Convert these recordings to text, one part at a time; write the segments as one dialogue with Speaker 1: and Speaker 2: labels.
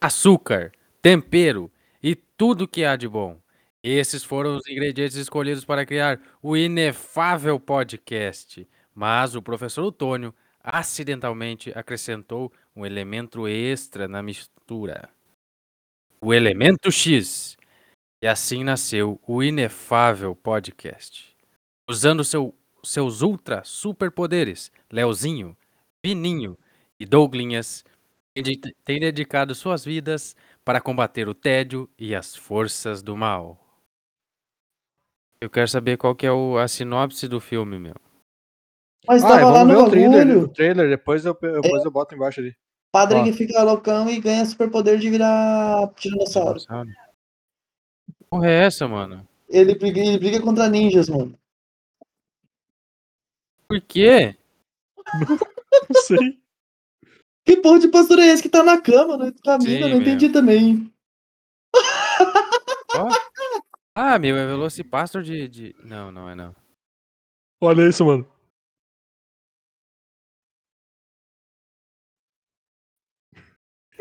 Speaker 1: açúcar, tempero e tudo que há de bom. Esses foram os ingredientes escolhidos para criar o inefável podcast. Mas o professor Otônio acidentalmente acrescentou um elemento extra na mistura: o elemento X. E assim nasceu o inefável podcast. Usando seu- seus ultra superpoderes, Leozinho, Vininho e Douglinhas têm de- têm dedicado suas vidas para combater o tédio e as forças do mal. Eu quero saber qual que é o- a sinopse do filme, meu.
Speaker 2: Mas
Speaker 3: Ah,
Speaker 2: tava lá
Speaker 3: vamos
Speaker 2: no
Speaker 3: ver o trailer, o
Speaker 2: bagulho,
Speaker 3: trailer, depois eu, pe- depois eu boto embaixo ali.
Speaker 2: padre
Speaker 1: Ó.
Speaker 2: que fica loucão e ganha superpoder de virar tiranossauro.
Speaker 1: Dinossauro. Que Porra, é essa, mano?
Speaker 2: Ele briga, ele briga contra ninjas, mano.
Speaker 1: Por quê?
Speaker 3: Não sei.
Speaker 2: Que porra de pastor é esse que tá na cama, né? Caminho, eu
Speaker 1: Sim,
Speaker 2: não entendi também.
Speaker 1: Ó. Ah, meu, é Velocipastor de, de. Não, não é não.
Speaker 3: Olha isso, mano.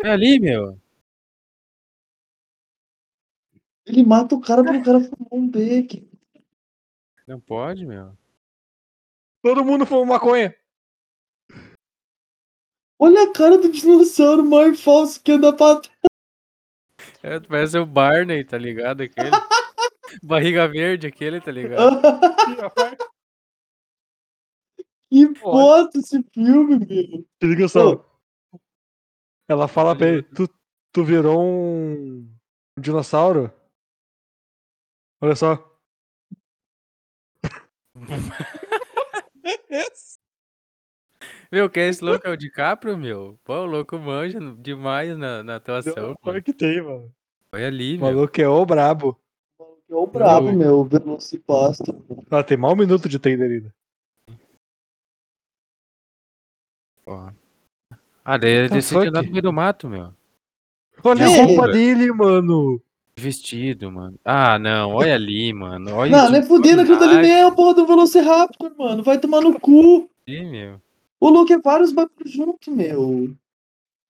Speaker 1: É ali, meu.
Speaker 2: Ele mata o cara pro cara fumar um beck.
Speaker 1: Não pode, meu.
Speaker 3: Todo mundo fuma maconha.
Speaker 2: Olha a cara do dinossauro mais falso que anda pra trás.
Speaker 1: É, parece o Barney, tá ligado? Aquele. Barriga verde, aquele, tá ligado?
Speaker 2: Ah, que foda esse filme, meu.
Speaker 3: Te liga
Speaker 2: Ô,
Speaker 3: Ela fala pra ele, tu, tu virou um dinossauro? Olha só.
Speaker 1: Meu, que é esse louco? É o DiCaprio, meu? Pô, o louco manja demais na, na atuação.
Speaker 3: Olha
Speaker 1: mano.
Speaker 3: que tem, mano.
Speaker 1: Foi ali,
Speaker 3: O
Speaker 1: meu.
Speaker 3: maluco é o brabo.
Speaker 2: que é o brabo, meu, o Velocipasta.
Speaker 3: Ah, tem mal um minuto de trailer ainda.
Speaker 1: Ó. Ah, daí ele
Speaker 3: Tá,
Speaker 1: decide
Speaker 3: fuck.
Speaker 1: andar no meio do mato, meu.
Speaker 3: Olha a
Speaker 2: É.
Speaker 3: roupa dele, mano.
Speaker 1: Vestido, mano. Ah, não, olha ali, mano. Ah, Olha
Speaker 2: Não,
Speaker 1: isso,
Speaker 2: nem fudendo, aquilo ali nem é a porra do Velociraptor, mano. Vai tomar no cu.
Speaker 1: aqui, meu.
Speaker 2: O Luke é vários bagulhos junto, meu.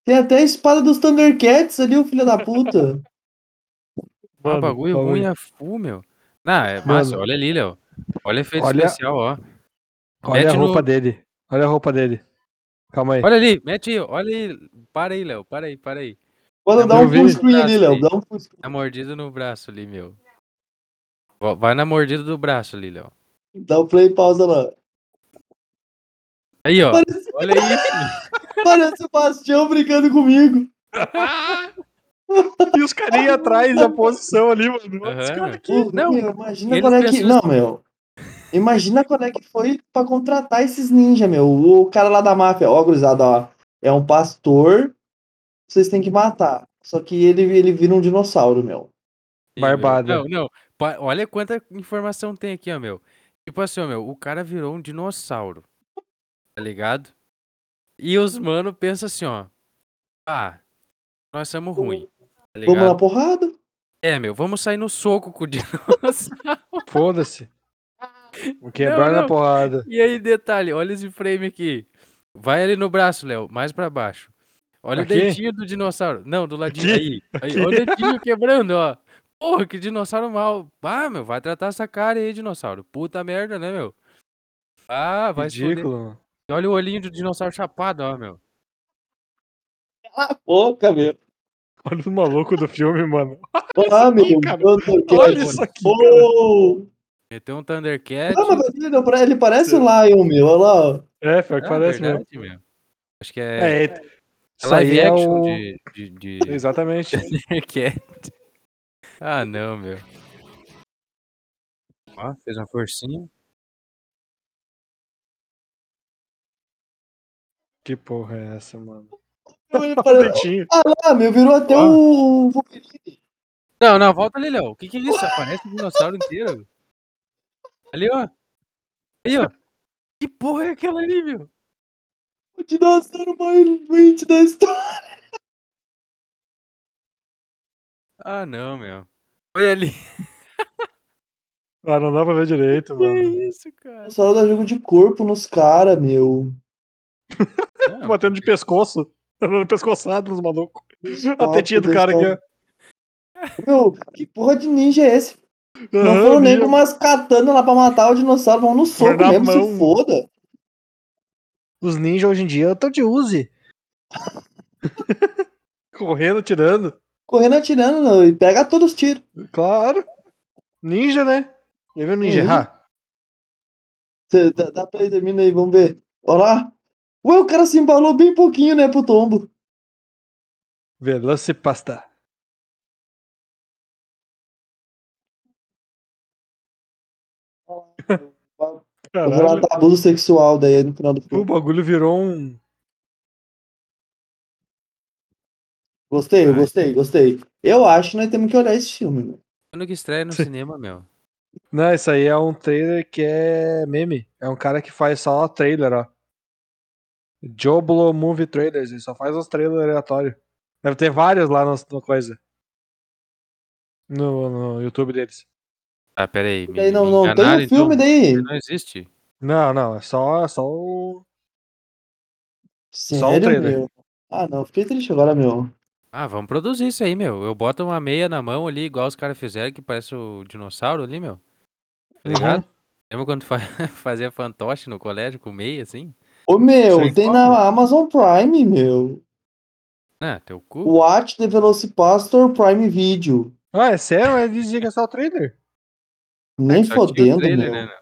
Speaker 2: Tem até a espada dos Thundercats ali, o filho da puta.
Speaker 1: Ah,
Speaker 3: Mano,
Speaker 1: bagulho
Speaker 3: bagulho.
Speaker 1: ruim né? a full, meu. Não, é massa,
Speaker 3: Mano.
Speaker 1: olha ali, Léo. Olha o efeito
Speaker 3: Olha- é.
Speaker 1: especial, ó.
Speaker 3: Olha a
Speaker 1: Mete no-
Speaker 3: roupa dele. Olha a roupa dele. Calma aí.
Speaker 1: Olha ali, mete aí, olha aí. Para aí, Léo, para aí, para aí.
Speaker 2: Bora
Speaker 1: Eu
Speaker 2: dar um
Speaker 3: vi.
Speaker 2: full screen ali, Léo.
Speaker 1: Aí.
Speaker 2: Dá um full screen.
Speaker 1: Tá mordido no braço ali, meu. Vo- Vai na mordida do braço ali, Léo.
Speaker 2: Dá o play e pausa lá.
Speaker 1: Aí, ó.
Speaker 2: Parece,
Speaker 1: Olha isso.
Speaker 2: parece o Bastião brincando comigo.
Speaker 3: E os carinha atrás da posição ali, mano.
Speaker 1: Aham,
Speaker 3: Esse cara
Speaker 1: meu.
Speaker 3: aqui.
Speaker 1: Não,
Speaker 2: Meu, imagina
Speaker 1: eles
Speaker 2: qual é que.
Speaker 1: precisam-
Speaker 2: Não, meu. Imagina qual é que foi pra contratar esses ninjas, meu. O cara lá da máfia, ó, gurizada, ó. É um pastor. Vocês têm que matar. Só que ele, ele vira um dinossauro, meu.
Speaker 1: Ih, meu.
Speaker 3: Barbada.
Speaker 1: Não, não. Pa- Olha quanta informação tem aqui, ó, meu. Tipo assim, ó, meu, o cara virou um dinossauro. Tá ligado? E os mano pensam assim, ó. Ah, nós somos ruim. Tá
Speaker 2: Vamos na
Speaker 1: ligado?
Speaker 2: porrada?
Speaker 1: É, meu, vamos sair no soco com o dinossauro.
Speaker 3: Foda-se. Vou Quebrar
Speaker 1: Não,
Speaker 3: na
Speaker 1: não.
Speaker 3: porrada.
Speaker 1: e aí, detalhe, olha esse frame aqui. Vai ali no braço, Léo, mais pra baixo. Olha
Speaker 3: Aqui?
Speaker 1: o dentinho do dinossauro. Não, do ladinho
Speaker 3: Aqui?
Speaker 1: aí. aí
Speaker 3: Aqui?
Speaker 1: olha o dentinho quebrando, ó. Porra, que dinossauro mal. Ah, meu, vai tratar essa cara aí, dinossauro. Puta merda, né, meu? Ah, vai se fuder.
Speaker 3: Ridículo, mano.
Speaker 1: E olha o olhinho do dinossauro chapado, ó, meu.
Speaker 2: Cala a boca, meu.
Speaker 3: Olha o maluco do filme, mano.
Speaker 2: Ah, meu.
Speaker 3: aqui, cara.
Speaker 2: Thundercats.
Speaker 3: Olha isso aqui, cara.
Speaker 2: Oh!
Speaker 1: Meteu um Thundercat.
Speaker 2: Ah, mas ele, não pare- ele parece o Lion, meu. Olha lá, ó.
Speaker 3: É, pior que
Speaker 1: Ah,
Speaker 3: parece mesmo.
Speaker 1: verdade, meu. Acho que é,
Speaker 3: É,
Speaker 1: é
Speaker 3: isso aí
Speaker 1: live
Speaker 3: é
Speaker 1: action
Speaker 3: o-
Speaker 1: de, de, de
Speaker 3: Exatamente.
Speaker 1: Thundercat. Ah, não, meu. Ó, fez uma forcinha.
Speaker 3: que porra é essa, mano?
Speaker 2: Ele parece-
Speaker 3: Dentinho.
Speaker 2: Ah, meu, virou até um
Speaker 1: Ó.
Speaker 2: o. Wolverine.
Speaker 1: Não, não, volta ali, Léo. O que, que é isso? Aparece o dinossauro inteiro. Ali, ó. Aí, ó. Que porra é aquela ali, meu?
Speaker 2: O dinossauro mais doente da história.
Speaker 1: Ah, não, meu. Olha ali.
Speaker 3: Ah, não dá pra ver direito,
Speaker 1: Que
Speaker 3: mano.
Speaker 1: isso, cara?
Speaker 2: Dinossauro dá jogo de corpo nos caras, meu.
Speaker 1: Não, tá
Speaker 3: Batendo de pescoço. Dando pescoçado nos malucos. A tetinha do cara aqui, ó.
Speaker 2: Meu, que porra de ninja é esse? Não
Speaker 3: Aham,
Speaker 2: foram nem
Speaker 3: viu?
Speaker 2: com umas katana lá pra matar o dinossauro, vão no soco
Speaker 3: na
Speaker 2: mesmo,
Speaker 3: mão.
Speaker 2: se foda.
Speaker 3: Os ninjas hoje em dia estão de Uzi. Correndo, tirando.
Speaker 2: Correndo atirando não, e pega todos os tiros.
Speaker 3: Claro. Ninja, né? Já viu ninja
Speaker 2: Uhum.
Speaker 3: errar?
Speaker 2: Cê Dá, dá play da mina aí, vamos ver. Olha lá. Ué, o cara se embalou bem pouquinho, né, pro tombo.
Speaker 3: Velocipasta.
Speaker 2: Eu vou lá
Speaker 3: Caralho.
Speaker 2: dar abuso sexual daí no final do
Speaker 3: O
Speaker 2: filme.
Speaker 3: bagulho virou um.
Speaker 2: Gostei, eu gostei, gostei. Eu acho que nós temos que olhar esse filme, né?
Speaker 1: Ano que estreia no cinema, meu.
Speaker 3: Não, isso aí é um trailer que é meme. É um cara que faz só trailer, ó. Joblo Movie Trailers. Ele só faz uns trailers aleatórios. Deve ter vários lá no, no coisa. No, no YouTube deles.
Speaker 1: Ah, peraí. me-
Speaker 2: Daí não,
Speaker 1: me
Speaker 2: não tem
Speaker 1: enganaram,
Speaker 2: um filme
Speaker 1: então.
Speaker 2: daí.
Speaker 1: Não existe.
Speaker 3: Não, não. É só, é só o. Só um
Speaker 2: Sério,
Speaker 3: trailer.
Speaker 2: meu. Ah, não, fiquei triste agora, meu.
Speaker 1: Ah, vamos produzir isso aí, meu. Eu boto uma meia na mão ali, igual os caras fizeram, que parece o dinossauro ali, meu. Tá
Speaker 3: Uhum.
Speaker 1: ligado? Lembra quando fa- fazia fantoche no colégio com meia, assim?
Speaker 2: Ô, meu,
Speaker 3: Sem
Speaker 2: tem
Speaker 3: foco.
Speaker 2: na Amazon Prime, meu.
Speaker 1: Ah, teu cu.
Speaker 2: Watch the Velocipastor Prime Video.
Speaker 3: Ah, é sério? Ele dizia que é só o trailer?
Speaker 2: Nem
Speaker 1: Só tinha o
Speaker 2: fodendo,
Speaker 1: trailer,
Speaker 2: meu.
Speaker 1: né, né?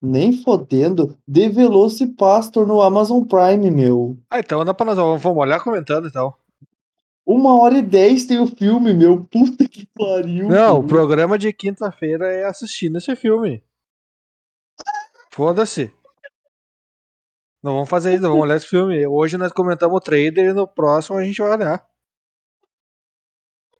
Speaker 2: Nem fodendo. The Velocipastor no Amazon Prime, meu.
Speaker 3: Ah, então dá pra nós. Vamos vamos olhar comentando então. e tal.
Speaker 2: Uma hora e dez tem o filme, meu. Puta que pariu.
Speaker 1: Uhum.
Speaker 3: Não, o
Speaker 2: meu.
Speaker 3: programa de quinta-feira é assistindo esse filme. Foda-se. Não vamos fazer isso, vamos olhar esse filme. Hoje nós comentamos o trailer e no próximo a gente vai olhar.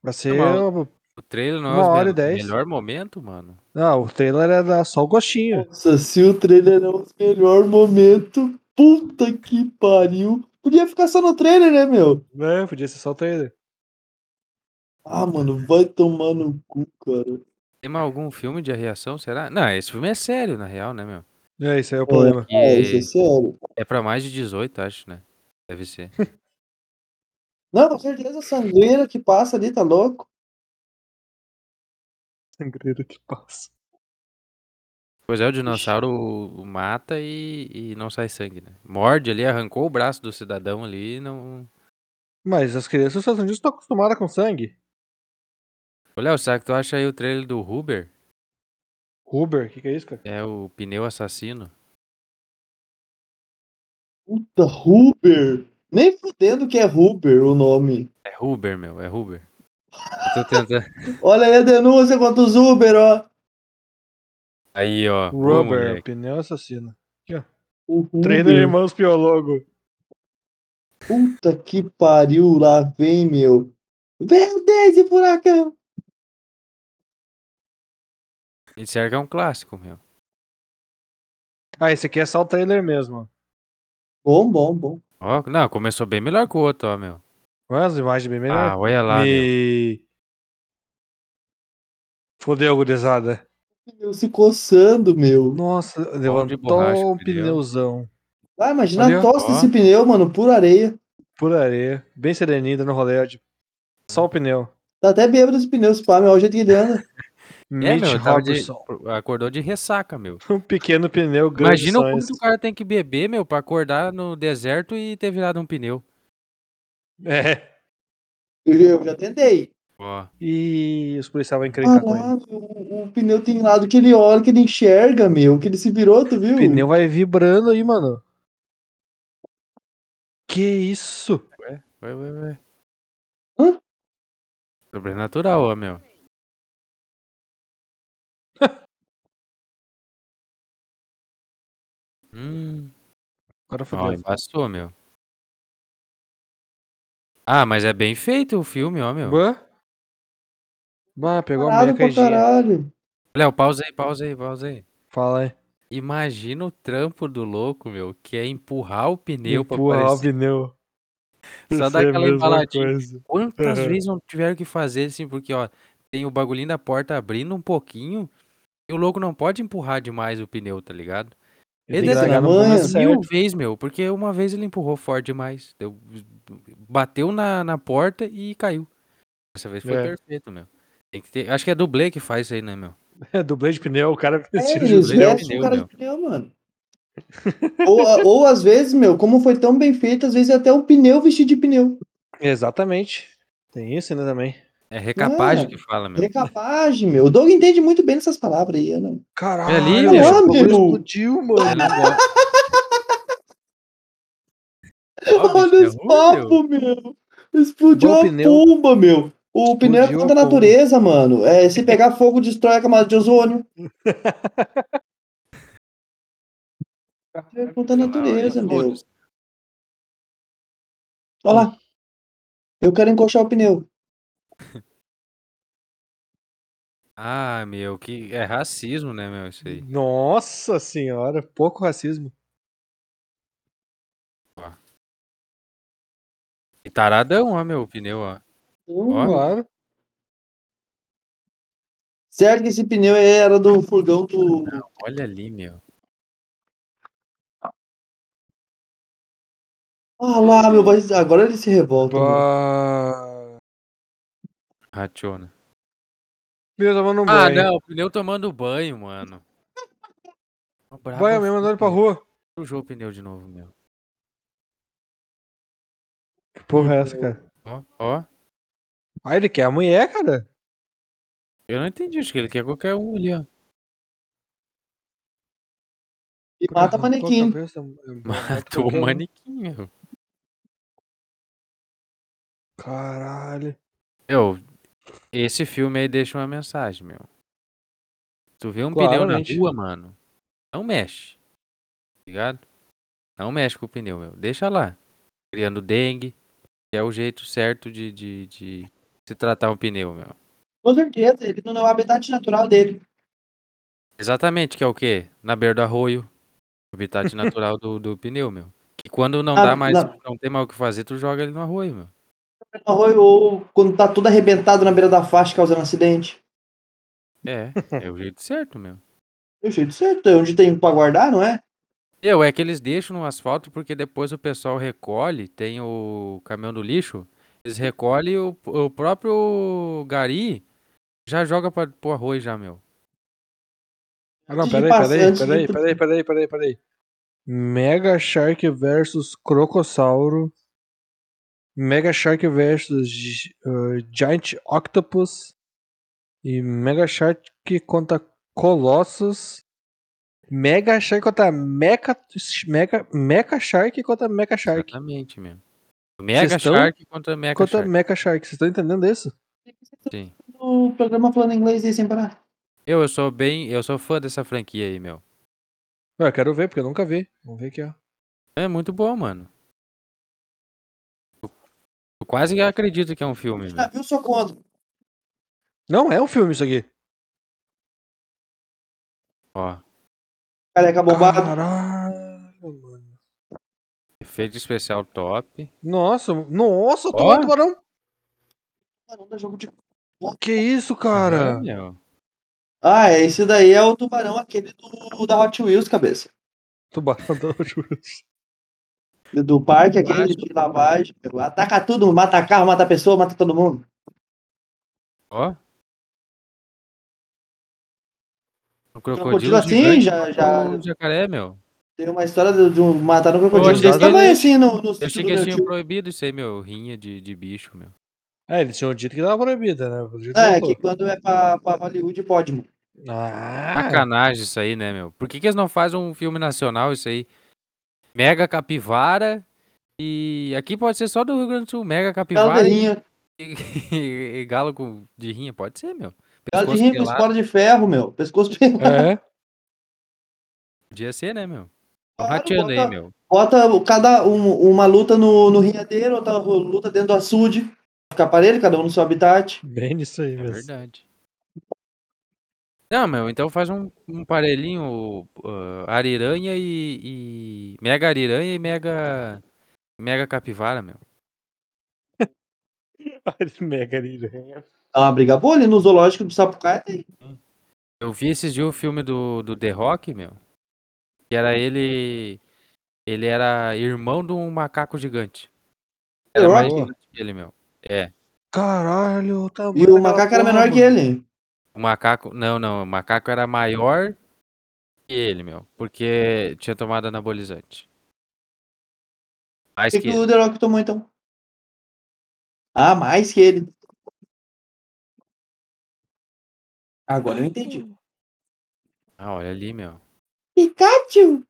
Speaker 3: Vai ser.
Speaker 1: Tá
Speaker 3: o-
Speaker 1: O trailer não
Speaker 3: Uma hora
Speaker 1: é
Speaker 3: e
Speaker 1: o me-
Speaker 3: dez.
Speaker 1: melhor momento, mano.
Speaker 3: Não, o trailer era só o gostinho.
Speaker 2: Nossa, se o trailer é o melhor momento, puta que pariu. Podia ficar só no trailer, né, meu?
Speaker 3: É, podia ser só o trailer.
Speaker 2: Ah, mano, vai tomar no cu, cara.
Speaker 1: Tem mais algum filme de reação, será? Não, esse filme é sério, na real, né, meu?
Speaker 3: É, esse aí é o problema.
Speaker 2: É,
Speaker 1: E-
Speaker 2: isso é sério.
Speaker 1: É pra mais de 18, acho, né? Deve ser.
Speaker 2: Não, com certeza, a sangueira que passa ali, tá louco?
Speaker 3: Sangreiro que passa.
Speaker 1: Pois é, o dinossauro o- o mata e, e não sai sangue, né? Morde ali, arrancou o braço do cidadão ali e não.
Speaker 3: Mas as crianças só estão acostumadas com sangue.
Speaker 1: Olha, será que tu acha aí o trailer do Huber?
Speaker 3: Uber, o que, que é isso, cara?
Speaker 1: É o pneu assassino.
Speaker 2: Puta, Huber. Nem fudendo que é Huber o nome.
Speaker 1: É Huber, meu, é Huber. Eu tô tentando.
Speaker 2: Olha aí a denúncia contra os Uber, ó.
Speaker 1: Aí, ó. pô,
Speaker 3: Rubber,
Speaker 1: moleque.
Speaker 3: pneu assassino.
Speaker 2: O
Speaker 3: Trailer
Speaker 2: Huber.
Speaker 3: Irmãos Piologo.
Speaker 2: Puta que pariu, lá vem, meu. Meu Deus, e furacão.
Speaker 1: E será que é um clássico, meu?
Speaker 3: Ah, esse aqui é só o trailer mesmo.
Speaker 2: Bom, bom, bom.
Speaker 1: Ó, não, começou bem melhor que o outro, ó, meu.
Speaker 3: Olha as imagens bem melhor.
Speaker 1: Ah, olha lá, meu.
Speaker 3: Me... Fodeu, gurizada.
Speaker 2: Meu, se coçando, meu.
Speaker 3: Nossa,
Speaker 1: borracha,
Speaker 3: levantou
Speaker 1: pneu.
Speaker 3: um pneuzão
Speaker 2: Ah, imagina
Speaker 3: Olha,
Speaker 2: a tosse
Speaker 1: ó.
Speaker 2: desse pneu, mano, pura areia.
Speaker 3: por areia, bem sereninho, dando rolê. de- Só o pneu.
Speaker 2: Tá até bêbado esse pneu, se pá, meu, olha o jeito que ele anda.
Speaker 1: É,
Speaker 3: Mitch
Speaker 1: meu, eu tava de-
Speaker 3: Robertson.
Speaker 1: acordou de ressaca, meu.
Speaker 3: Um pequeno pneu, grande
Speaker 1: Imagina o quanto
Speaker 3: sonhos.
Speaker 1: o cara tem que beber, meu, pra acordar no deserto e ter virado um pneu.
Speaker 3: É.
Speaker 2: Eu, eu já tentei.
Speaker 1: Ó.
Speaker 3: E os policiais vão encrencar com ele.
Speaker 2: Caralho, o, o pneu tem lado que ele olha, que ele enxerga, meu, que ele se virou, tu viu?
Speaker 3: O pneu vai vibrando aí, mano. Que isso?
Speaker 1: Vai, vai, vai.
Speaker 2: Hã?
Speaker 1: Sobrenatural, ó, meu. hum,
Speaker 3: Agora
Speaker 1: ó,
Speaker 3: fodeu.
Speaker 1: embaçou, meu. Ah, mas é bem feito o filme, ó, meu.
Speaker 3: Bah? Bah, pegou a meia
Speaker 2: Parado pra
Speaker 3: caidinha.
Speaker 2: caralho.
Speaker 1: Léo, pausa aí, pausa aí, pausa aí.
Speaker 3: Fala aí.
Speaker 1: Imagina o trampo do louco, meu, que é empurrar o pneu pra
Speaker 3: Empurrar o
Speaker 1: aparecer.
Speaker 3: pneu.
Speaker 1: Só
Speaker 3: Isso
Speaker 1: dá
Speaker 3: é a
Speaker 1: aquela
Speaker 3: mesma
Speaker 1: embaladinha.
Speaker 3: coisa.
Speaker 1: Quantas
Speaker 3: Aham.
Speaker 1: vezes não tiveram que fazer assim, porque ó, tem o bagulhinho da porta abrindo um pouquinho e o louco não pode empurrar demais o pneu, tá ligado? Ele
Speaker 3: tem que
Speaker 1: deve
Speaker 3: largar
Speaker 1: ter
Speaker 3: no
Speaker 2: tamanho,
Speaker 3: momento
Speaker 1: umas mil
Speaker 3: certo.
Speaker 1: vezes, meu, porque uma vez ele empurrou forte demais. Deu- bateu na, na porta e caiu. Dessa vez foi
Speaker 3: É.
Speaker 1: perfeito, meu. Tem que ter- acho que é dublê que faz isso aí, né, meu?
Speaker 3: É, dublê de pneu, o cara
Speaker 2: É,
Speaker 3: tira
Speaker 2: e
Speaker 3: tipo de
Speaker 2: os
Speaker 1: joelho,
Speaker 3: pneu.
Speaker 2: restos
Speaker 1: meu
Speaker 2: o cara de
Speaker 1: Deus.
Speaker 2: pneu, mano. ou, ou às vezes, meu, como foi tão bem feito, às vezes é até o pneu vestido de pneu.
Speaker 3: Exatamente. Tem isso ainda também.
Speaker 1: É recapagem
Speaker 2: Não.
Speaker 1: que fala,
Speaker 3: Hum.
Speaker 1: meu.
Speaker 2: Recapagem, É meu. O Doug entende muito bem essas palavras aí, né?
Speaker 3: Caralho,
Speaker 1: ali,
Speaker 3: o
Speaker 2: meu.
Speaker 3: bagulho
Speaker 2: Meu.
Speaker 3: explodiu, mano.
Speaker 2: Olha
Speaker 1: é
Speaker 2: os papos, meu. Explodiu a
Speaker 3: Bom pneu.
Speaker 2: pomba, meu. O pneu é
Speaker 3: Explodiu a
Speaker 2: contra a
Speaker 3: pomba.
Speaker 2: natureza, mano. É, se pegar fogo, destrói a camada de ozônio. É
Speaker 3: tá
Speaker 2: contra a
Speaker 1: Ah,
Speaker 2: natureza, meu. Olha lá. Eu quero encoxar o pneu.
Speaker 1: Ah, meu, que é racismo, né, meu, isso aí.
Speaker 3: Nossa senhora, pouco racismo.
Speaker 1: E taradão, ó, meu, o pneu, ó. Ó.
Speaker 3: Claro.
Speaker 2: Certo que esse pneu aí era do furgão do.
Speaker 1: Olha ali, meu.
Speaker 2: Ah lá, meu. vai- Agora ele se revolta. meu.
Speaker 3: Bah.
Speaker 1: Rationa.
Speaker 3: Meu, tomando um
Speaker 1: Ah,
Speaker 3: banho.
Speaker 1: não, o pneu tomando banho, mano. Tô bravo,
Speaker 3: Banho mesmo, andando pra rua.
Speaker 1: Sujou o pneu de novo, meu.
Speaker 3: Que porra é essa, cara?
Speaker 1: Ó, ó.
Speaker 3: Ah, ele quer a mulher, cara.
Speaker 1: Eu não entendi, acho que ele quer qualquer um ali, ó.
Speaker 2: E mata manequim.
Speaker 1: Matou o manequim, meu.
Speaker 3: Caralho.
Speaker 1: Eu, esse filme aí deixa uma mensagem, meu. Tu vê um pneu na
Speaker 3: Claramente.
Speaker 1: rua, mano, não mexe. Ligado? Não mexe com o pneu, meu. Deixa lá. Criando dengue, que é o jeito certo de, de, de se tratar um pneu, meu.
Speaker 2: Com certeza, ele não é o habitat natural dele.
Speaker 1: Exatamente, que é o quê? Na beira do arroio. O habitat natural do, do pneu, meu. Que quando não
Speaker 2: Ah,
Speaker 1: dá mais,
Speaker 2: não.
Speaker 1: não. tem mais o que fazer, tu joga ele no arroio, meu.
Speaker 2: Ou, ou quando tá tudo arrebentado na beira da faixa causando acidente.
Speaker 1: É, é o jeito certo, meu.
Speaker 2: Meu jeito certo, é onde tem pra guardar, não é?
Speaker 1: Eu, é que eles deixam no asfalto porque depois o pessoal recolhe, tem o caminhão do lixo, eles recolhem o, o próprio gari, já joga pra, pro arroz já, meu.
Speaker 3: Ah, não,
Speaker 2: Antes de
Speaker 3: peraí,
Speaker 2: passar-
Speaker 3: peraí,
Speaker 2: antes de
Speaker 3: peraí,
Speaker 2: tu-
Speaker 3: peraí, peraí, peraí, peraí. Mega Shark versus Crocossauro. Mega Shark versus Gi- uh, Giant Octopus. E Mega Shark contra Colossus. Mega Shark contra Mecha, Mega, Mecha Shark contra Mecha Shark.
Speaker 1: Exatamente, meu. Mega
Speaker 3: estão-
Speaker 1: Shark contra Mega
Speaker 3: Contra
Speaker 1: Shark.
Speaker 3: Mecha Shark. Vocês estão entendendo isso?
Speaker 1: Sim.
Speaker 2: O programa falando inglês aí sem parar.
Speaker 1: Eu, eu sou bem, eu sou fã dessa franquia aí, meu.
Speaker 3: Ué, Ah, Eu quero ver, porque eu nunca vi. Vamos ver aqui, ó.
Speaker 1: É muito bom, mano. Eu quase que acredito que é um filme,
Speaker 2: Já
Speaker 1: meu.
Speaker 2: viu sua conta?
Speaker 3: Não, é um filme isso aqui.
Speaker 1: Ó,
Speaker 2: Careca bombado.
Speaker 3: Caralho, mano.
Speaker 1: efeito especial top.
Speaker 3: Nossa, nossa, eu tô
Speaker 1: Ó.
Speaker 3: um tubarão.
Speaker 2: Tubarão dá jogo de-
Speaker 3: Que isso,
Speaker 1: É,
Speaker 3: cara?
Speaker 1: meu.
Speaker 2: Ah, é, esse daí é o tubarão aquele do, da Hot Wheels, cabeça.
Speaker 3: Tubarão da Juras.
Speaker 2: Do, do parque, aquele de lavagem. Ataca tudo, mata carro, mata pessoa, mata todo mundo.
Speaker 1: Ó. Um O
Speaker 2: Crocodilo
Speaker 1: crocodilo gigante
Speaker 2: assim, já,
Speaker 1: com
Speaker 2: já
Speaker 1: o jacaré, meu.
Speaker 2: Tem uma história de, de um mataram um crocodilo
Speaker 1: Hoje,
Speaker 2: desse
Speaker 1: já
Speaker 2: tamanho
Speaker 1: dele-
Speaker 2: assim no, no
Speaker 1: Eu achei
Speaker 2: do
Speaker 1: que eles
Speaker 2: meu
Speaker 1: tinham
Speaker 2: tio.
Speaker 1: proibido isso aí, meu. Rinha de, de bicho, meu.
Speaker 3: É, eles tinham dito que tava proibida, né? Pelo
Speaker 1: um
Speaker 3: jeito
Speaker 2: É,
Speaker 3: voltou.
Speaker 2: que quando é pra, pra Hollywood pode, mano.
Speaker 3: Ah,
Speaker 1: Sacanagem isso aí, né, meu? Por que, que eles não fazem um filme nacional isso aí? Mega Capivara e. Aqui pode ser só do Rio Grande do Sul, Mega
Speaker 2: Tá
Speaker 1: Capivara e,
Speaker 2: Caldeirinha,
Speaker 1: e galo com- de rinha, pode ser, meu. Pescoço
Speaker 2: caldeirinha com
Speaker 1: pelado,
Speaker 2: espora de ferro, meu. Pescoço pelado.
Speaker 3: é.
Speaker 1: podia ser, né, meu? Tô
Speaker 2: Claro,
Speaker 1: rateando aí,
Speaker 2: bota-
Speaker 1: meu.
Speaker 2: Bota o- cada um- uma luta no, no rinhadeiro, outra ru- luta dentro do açude. Fica parelho, cada um no seu habitat.
Speaker 3: Bem nisso aí
Speaker 1: É
Speaker 3: mesmo.
Speaker 1: verdade. Não, meu, então faz um, um parelhinho ah, ariranha e, e. Mega ariranha e mega. Mega capivara, meu.
Speaker 3: Mega liranha.
Speaker 2: É uma briga boa ali no zoológico do Sapucaia. tem.
Speaker 1: um Eu vi esses dias o filme do, do The Rock, meu. Que era ele. Ele era irmão de um macaco gigante. Era
Speaker 2: Era?
Speaker 1: mais gigante que ele, meu. É.
Speaker 3: Caralho, tá
Speaker 2: E o macaco era menor que ele.
Speaker 1: O macaco. Não, não. O macaco era maior que ele, meu. Porque tinha tomado anabolizante.
Speaker 2: O
Speaker 1: Mais
Speaker 2: que,
Speaker 1: que,
Speaker 2: que
Speaker 1: ele.
Speaker 2: o The Rock tomou então? Ah, mais que ele. Agora eu entendi.
Speaker 1: Ah, olha ali, meu.
Speaker 2: Pikachu!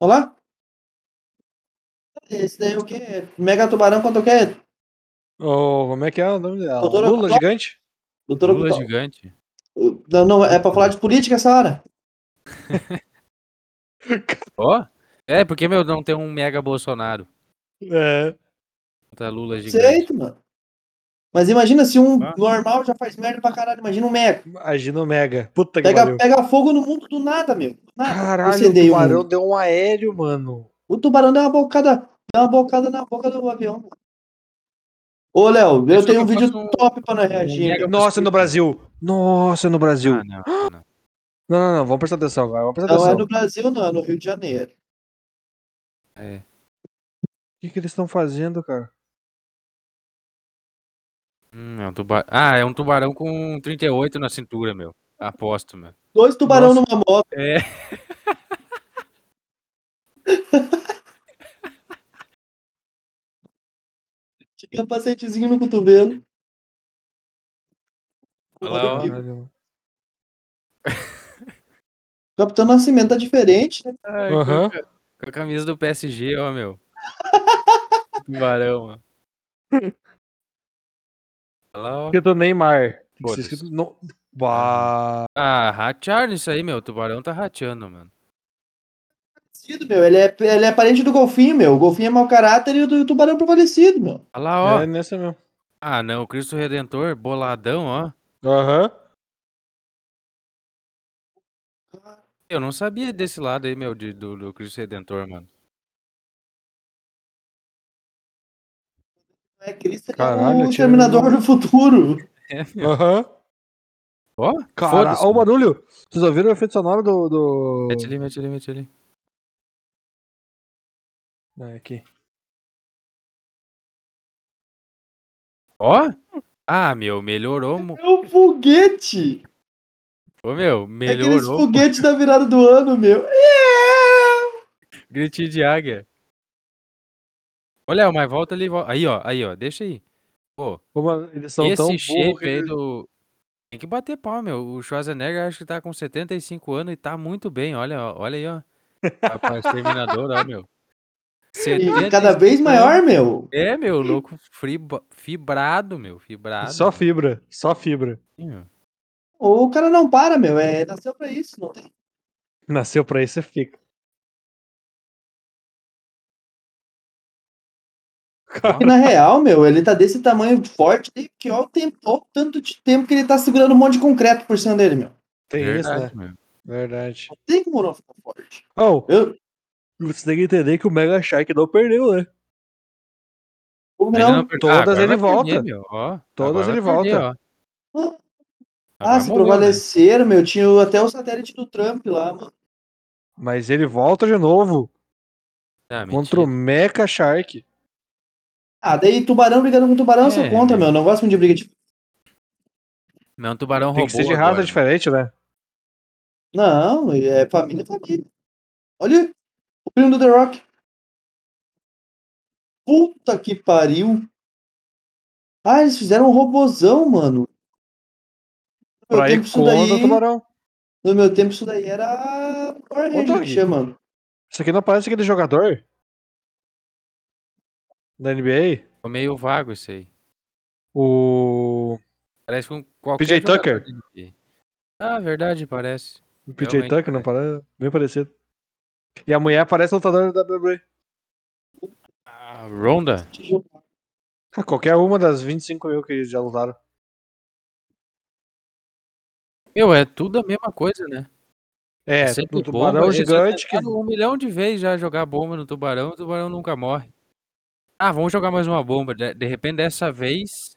Speaker 2: Olha lá. Esse daí é o que? Mega tubarão quanto o quê?
Speaker 3: Ô, como é que é o nome dela?
Speaker 2: Doutora
Speaker 3: Lula
Speaker 2: Cló-
Speaker 3: gigante?
Speaker 2: Doutor
Speaker 1: Lula
Speaker 2: Octal.
Speaker 1: gigante.
Speaker 2: Não, não, é pra falar de política essa hora.
Speaker 1: Ó. É, porque, meu, não tem um mega Bolsonaro.
Speaker 3: É.
Speaker 1: Tá Lula gigante.
Speaker 2: Certo, mano. Mas imagina se um
Speaker 1: Ah.
Speaker 2: normal já faz merda pra caralho. Imagina um mega.
Speaker 3: Agino Mega. Puta que
Speaker 2: Pega,
Speaker 3: pariu.
Speaker 2: pega fogo no mundo do nada, meu. Do nada.
Speaker 3: Caralho, o
Speaker 2: Incendeia o
Speaker 3: tubarão
Speaker 2: mundo.
Speaker 3: deu um aéreo, mano.
Speaker 2: O tubarão deu uma bocada, deu uma bocada na boca do avião. Ô, Léo, eu
Speaker 1: Deixa
Speaker 2: tenho
Speaker 1: eu
Speaker 2: um vídeo
Speaker 1: faço um-
Speaker 2: top pra nós reagir.
Speaker 1: mega-
Speaker 3: Nossa, no Brasil. Nossa, no Brasil.
Speaker 1: Ah, não, não, não.
Speaker 3: Não, não, não. Vamos prestar atenção agora. Vamos prestar
Speaker 2: Não é
Speaker 3: atenção.
Speaker 2: no Brasil, não, é no Rio de Janeiro.
Speaker 1: É.
Speaker 3: O que, que eles estão fazendo, cara?
Speaker 1: Hum, é um tuba... Ah, é um tubarão com 38 na cintura, meu. Aposto, meu.
Speaker 2: Dois tubarão numa moto.
Speaker 1: É.
Speaker 2: Tinha um pacientezinho no cotovelo.
Speaker 1: Olha lá, ó.
Speaker 3: Caralho, mano.
Speaker 2: Capitão Nascimento tá diferente, né?
Speaker 3: Aham.
Speaker 1: com, a, com a camisa do PSG, ó, meu. tubarão, ó. Olha lá, ó.
Speaker 3: Escrito Neymar. Tem que ser
Speaker 1: Foda-se.
Speaker 3: escrito. No... Bah.
Speaker 1: Ah, ratearam isso aí, meu. O tubarão tá rateando, mano.
Speaker 2: Parecido, meu. Ele, é, ele é parente do golfinho, meu. O golfinho é mau caráter e o tu- tubarão é prevalecido, meu.
Speaker 1: Olha lá, ó.
Speaker 3: É nessa mesmo.
Speaker 1: Ah, não. Cristo Redentor, boladão, ó.
Speaker 3: Aham.
Speaker 1: Eu não sabia desse lado aí, meu, de- do, do Cristo Redentor, mano.
Speaker 2: Não É Cristo, ele
Speaker 3: Caralho,
Speaker 2: é o
Speaker 3: tira
Speaker 2: exterminador
Speaker 1: um
Speaker 3: ele.
Speaker 2: do futuro.
Speaker 3: Aham.
Speaker 1: Ó,
Speaker 3: Cara,
Speaker 1: foda-se,
Speaker 3: olha o
Speaker 1: mano.
Speaker 3: barulho. Vocês ouviram o efeito sonoro do. do...
Speaker 1: Mete ali, mete ali, mete ali.
Speaker 3: Não, é aqui.
Speaker 1: Ó. Ah, meu, melhorou. mu-
Speaker 2: É o foguete.
Speaker 1: Ô, meu,
Speaker 2: É Aqueles
Speaker 1: melhorou.
Speaker 2: foguetes da virada do ano, meu. É.
Speaker 1: Gritinho de águia. Olha, mas volta ali. vol- Aí, ó, aí, ó, deixa aí. Pô,
Speaker 3: Ô, mano, eles são tão
Speaker 1: esse
Speaker 3: burros.
Speaker 1: shape
Speaker 3: que
Speaker 1: aí
Speaker 3: eles-
Speaker 1: do. Tem que bater pau, meu. O Schwarzenegger acho que tá com 75 anos e tá muito bem. Olha, ó, olha aí, ó. Tá Rapaz, exterminador, ó, meu.
Speaker 2: E, e
Speaker 1: 75
Speaker 2: cada vez maior, meu.
Speaker 1: É, meu, louco friba- fibrado, meu. Fibrado.
Speaker 3: Só fibra. Só fibra.
Speaker 1: Sim, meu.
Speaker 2: O cara não para, meu. É, nasceu pra isso. Não tem.
Speaker 3: Nasceu pra isso, você fica.
Speaker 2: E na real, meu, ele tá desse tamanho forte desde que ó, o tempo, ó, o tanto de tempo que ele tá segurando um monte de concreto por cima dele, meu.
Speaker 3: Tem
Speaker 1: Verdade,
Speaker 3: isso, né?
Speaker 1: meu.
Speaker 3: Verdade.
Speaker 2: Não tem como não ficar forte.
Speaker 3: Oh,
Speaker 2: Eu,
Speaker 3: você tem que entender que o Mega Shark não perdeu, né?
Speaker 2: o
Speaker 1: Ainda
Speaker 2: não,
Speaker 1: não per-
Speaker 3: todas
Speaker 1: agora
Speaker 3: ele
Speaker 1: vai perder,
Speaker 3: volta.
Speaker 1: meu, ó.
Speaker 3: Todas
Speaker 1: Agora
Speaker 3: ele
Speaker 1: vai perder, ó.
Speaker 2: ah,
Speaker 1: Agora
Speaker 2: se
Speaker 1: morreu, né?
Speaker 2: prevaleceram, meu. Tinha o- até o satélite do Trump lá, mano.
Speaker 3: Mas ele volta de novo
Speaker 1: Ah,
Speaker 3: contra o Mecha Shark.
Speaker 2: Ah, daí tubarão brigando com tubarão,
Speaker 1: É,
Speaker 2: você conta,
Speaker 1: meu.
Speaker 2: meu. Não gosto muito de briga de.
Speaker 1: Meu, um tubarão
Speaker 3: Tem
Speaker 1: roubou.
Speaker 3: que ser de
Speaker 1: agora,
Speaker 3: raça
Speaker 1: meu.
Speaker 3: diferente, né?
Speaker 2: Não, é família, é família. Olha, o primo do The Rock. Puta que pariu. Ah, eles fizeram um robozão, mano. No meu
Speaker 3: Pra ir
Speaker 2: tempo, isso
Speaker 3: contra o
Speaker 2: daí,
Speaker 3: Tubarão.
Speaker 2: no meu tempo, isso daí era Power
Speaker 3: Ô,
Speaker 2: Ranger
Speaker 3: Doug.
Speaker 2: que chama.
Speaker 3: Isso aqui não parece aquele jogador da NBA?
Speaker 1: Ficou meio vago isso aí.
Speaker 3: O
Speaker 1: Parece com qualquer.
Speaker 3: PJ
Speaker 1: jogador
Speaker 3: Tucker.
Speaker 1: da NBA. Ah, verdade, parece.
Speaker 3: o PJ
Speaker 1: Realmente
Speaker 3: Tucker, não parece? Bem parecido. E a mulher parece lutadora da WWE.
Speaker 1: Ah, Ronda?
Speaker 3: Ah, Qualquer uma das 25 mil que já lutaram.
Speaker 1: Meu, é tudo a mesma coisa, né?
Speaker 3: É,
Speaker 1: sempre
Speaker 3: o Tubarão
Speaker 1: bomba, eles já
Speaker 3: Gigante que
Speaker 1: tentaram Um milhão de vezes já jogar bomba no tubarão, o tubarão nunca morre. Ah, vamos jogar mais uma bomba. De, de repente, dessa vez.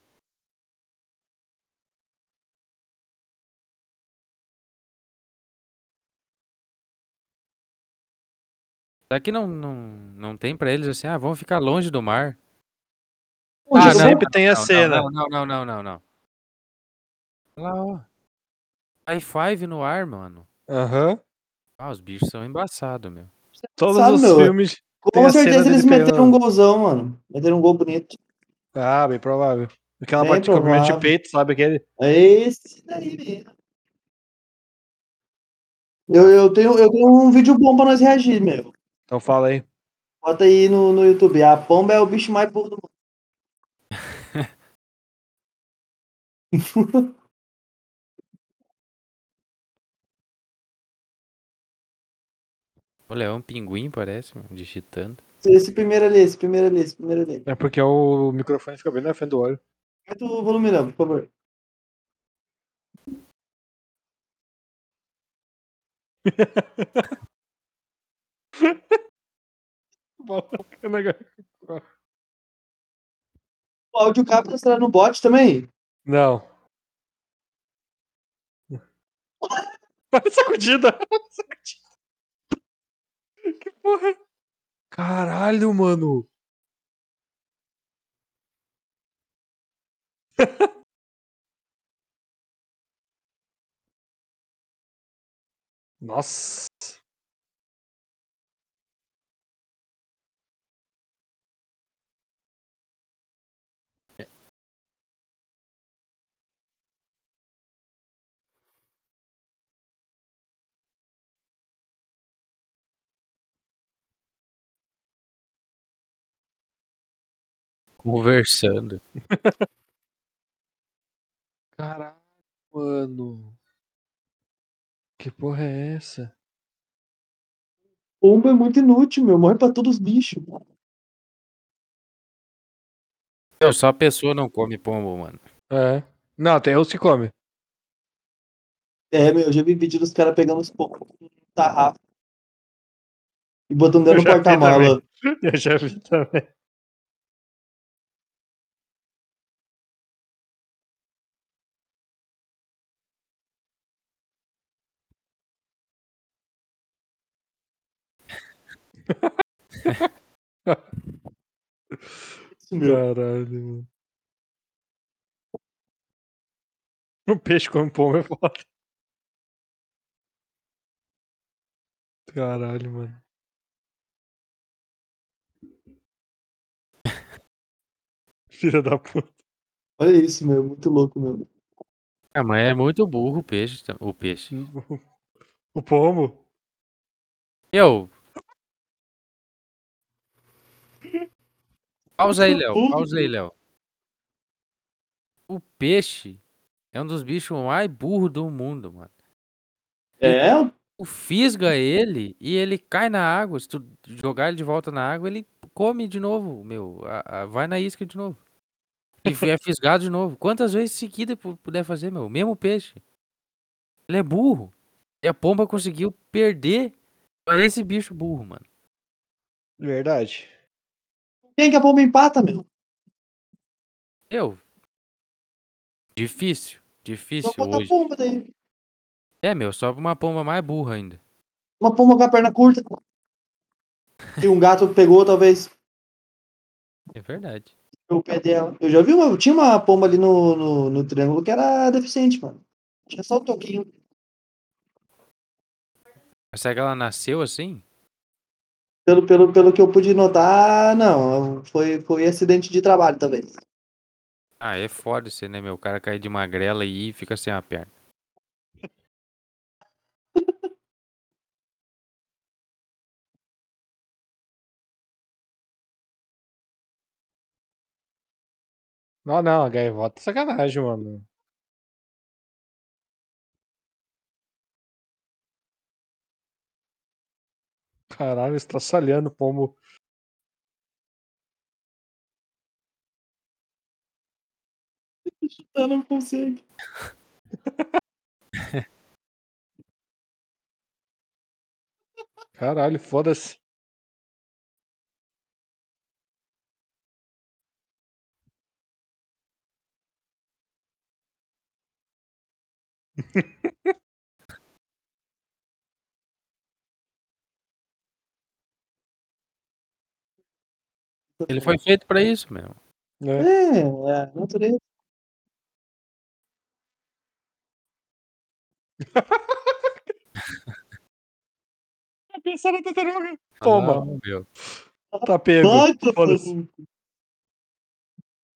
Speaker 1: Será que não, não, não tem pra eles assim, ah, vamos ficar longe do mar?
Speaker 2: Onde
Speaker 3: Ah,
Speaker 2: eu vou?
Speaker 3: sempre tem a
Speaker 1: não,
Speaker 3: cena.
Speaker 1: Não, não, não, não, não, não. Olha lá, ó. High five no ar, mano.
Speaker 3: Aham.
Speaker 1: Ah, os bichos são embaçados, meu.
Speaker 3: Todos
Speaker 2: Sabe,
Speaker 3: os
Speaker 2: meu?
Speaker 3: filmes. tem
Speaker 2: Com
Speaker 3: a
Speaker 2: certeza
Speaker 3: cena
Speaker 2: eles
Speaker 3: dele
Speaker 2: meteram um
Speaker 3: pegando.
Speaker 2: golzão, mano. Meteram um gol bonito.
Speaker 3: Ah, bem provável. Aquela
Speaker 2: Bem
Speaker 3: parte que eu comeu de
Speaker 2: provável.
Speaker 3: peito, sabe aquele?
Speaker 2: É esse daí mesmo. Eu, eu, tenho, eu tenho um vídeo bom pra nós reagir, meu.
Speaker 3: Então fala aí.
Speaker 2: Bota aí no, no YouTube. A pomba é o bicho mais burro do mundo.
Speaker 1: Olha, é um pinguim, parece, mano, digitando.
Speaker 2: Esse primeiro ali, esse primeiro ali, esse primeiro ali.
Speaker 3: É porque o microfone fica bem na frente do olho.
Speaker 2: Aumenta o volume não, por favor.
Speaker 3: é
Speaker 2: O áudio capta será no bot também?
Speaker 3: Não. Tá Sacudida! Sacudida! Que porra! é? Caralho, mano! Nossa!
Speaker 1: Conversando.
Speaker 3: Caralho, mano! Que porra é essa?
Speaker 2: Pomba é muito inútil, meu. Morre pra todos os bichos.
Speaker 1: Meu, só a pessoa não come pombo, mano.
Speaker 3: É. Não, tem os que comem.
Speaker 2: É, meu, eu já vi vídeo dos caras pegando os pombos com tarrafa. E botando dentro
Speaker 3: Eu
Speaker 2: do
Speaker 3: já vi
Speaker 2: porta-mala.
Speaker 3: Eu já vi também.
Speaker 2: Isso, meu.
Speaker 3: Caralho, mano. Um peixe com pombo é foda. Caralho, mano. Filha da puta.
Speaker 2: Olha isso, meu. Muito louco, meu.
Speaker 1: Ah, mas é muito burro o peixe. tá- O peixe.
Speaker 3: O pombo?
Speaker 1: Eu. Pausa aí, Léo.
Speaker 2: Burro,
Speaker 1: Pausa aí, Léo. O peixe é um dos bichos mais burros do mundo, mano.
Speaker 2: É,
Speaker 1: Tu fisga ele e ele cai na água. Se tu jogar ele de volta na água, ele come de novo, meu. A- a- vai na isca de novo. E f- é fisgado de novo. Quantas vezes seguida pu- puder fazer, meu? Mesmo peixe. Ele é burro. E a pomba conseguiu perder pra esse bicho burro, mano.
Speaker 3: Verdade.
Speaker 2: quem que a pomba empata, meu?
Speaker 1: Eu. Difícil.
Speaker 2: Só
Speaker 1: Difícil
Speaker 2: Então bota a
Speaker 1: hoje.
Speaker 2: pomba daí.
Speaker 1: É, meu, só pra uma pomba mais burra ainda.
Speaker 2: Uma pomba com a perna curta. E um gato pegou, talvez,
Speaker 1: É verdade.
Speaker 2: o pé dela. Eu já vi uma. Tinha uma pomba ali no, no, no triângulo que era deficiente, mano. Tinha só o toquinho.
Speaker 1: Mas será que ela nasceu assim?
Speaker 2: Pelo, pelo, pelo que eu pude notar, não. Foi, foi acidente de trabalho, talvez.
Speaker 1: Ah, é foda você, né, meu? O cara cair de magrela e fica sem a perna.
Speaker 3: Não, não, a gaivota é sacanagem, mano. Caralho, estraçalhando o pombo.
Speaker 2: Eu não consigo.
Speaker 3: Caralho, foda-se.
Speaker 1: Ele foi feito pra isso mesmo.
Speaker 3: né?
Speaker 2: É, é a natureza.
Speaker 3: Pensar na tartaruga.
Speaker 1: Ah,
Speaker 3: Toma,
Speaker 1: não, meu.
Speaker 3: tá pego. Foda-se.
Speaker 2: Plâncton.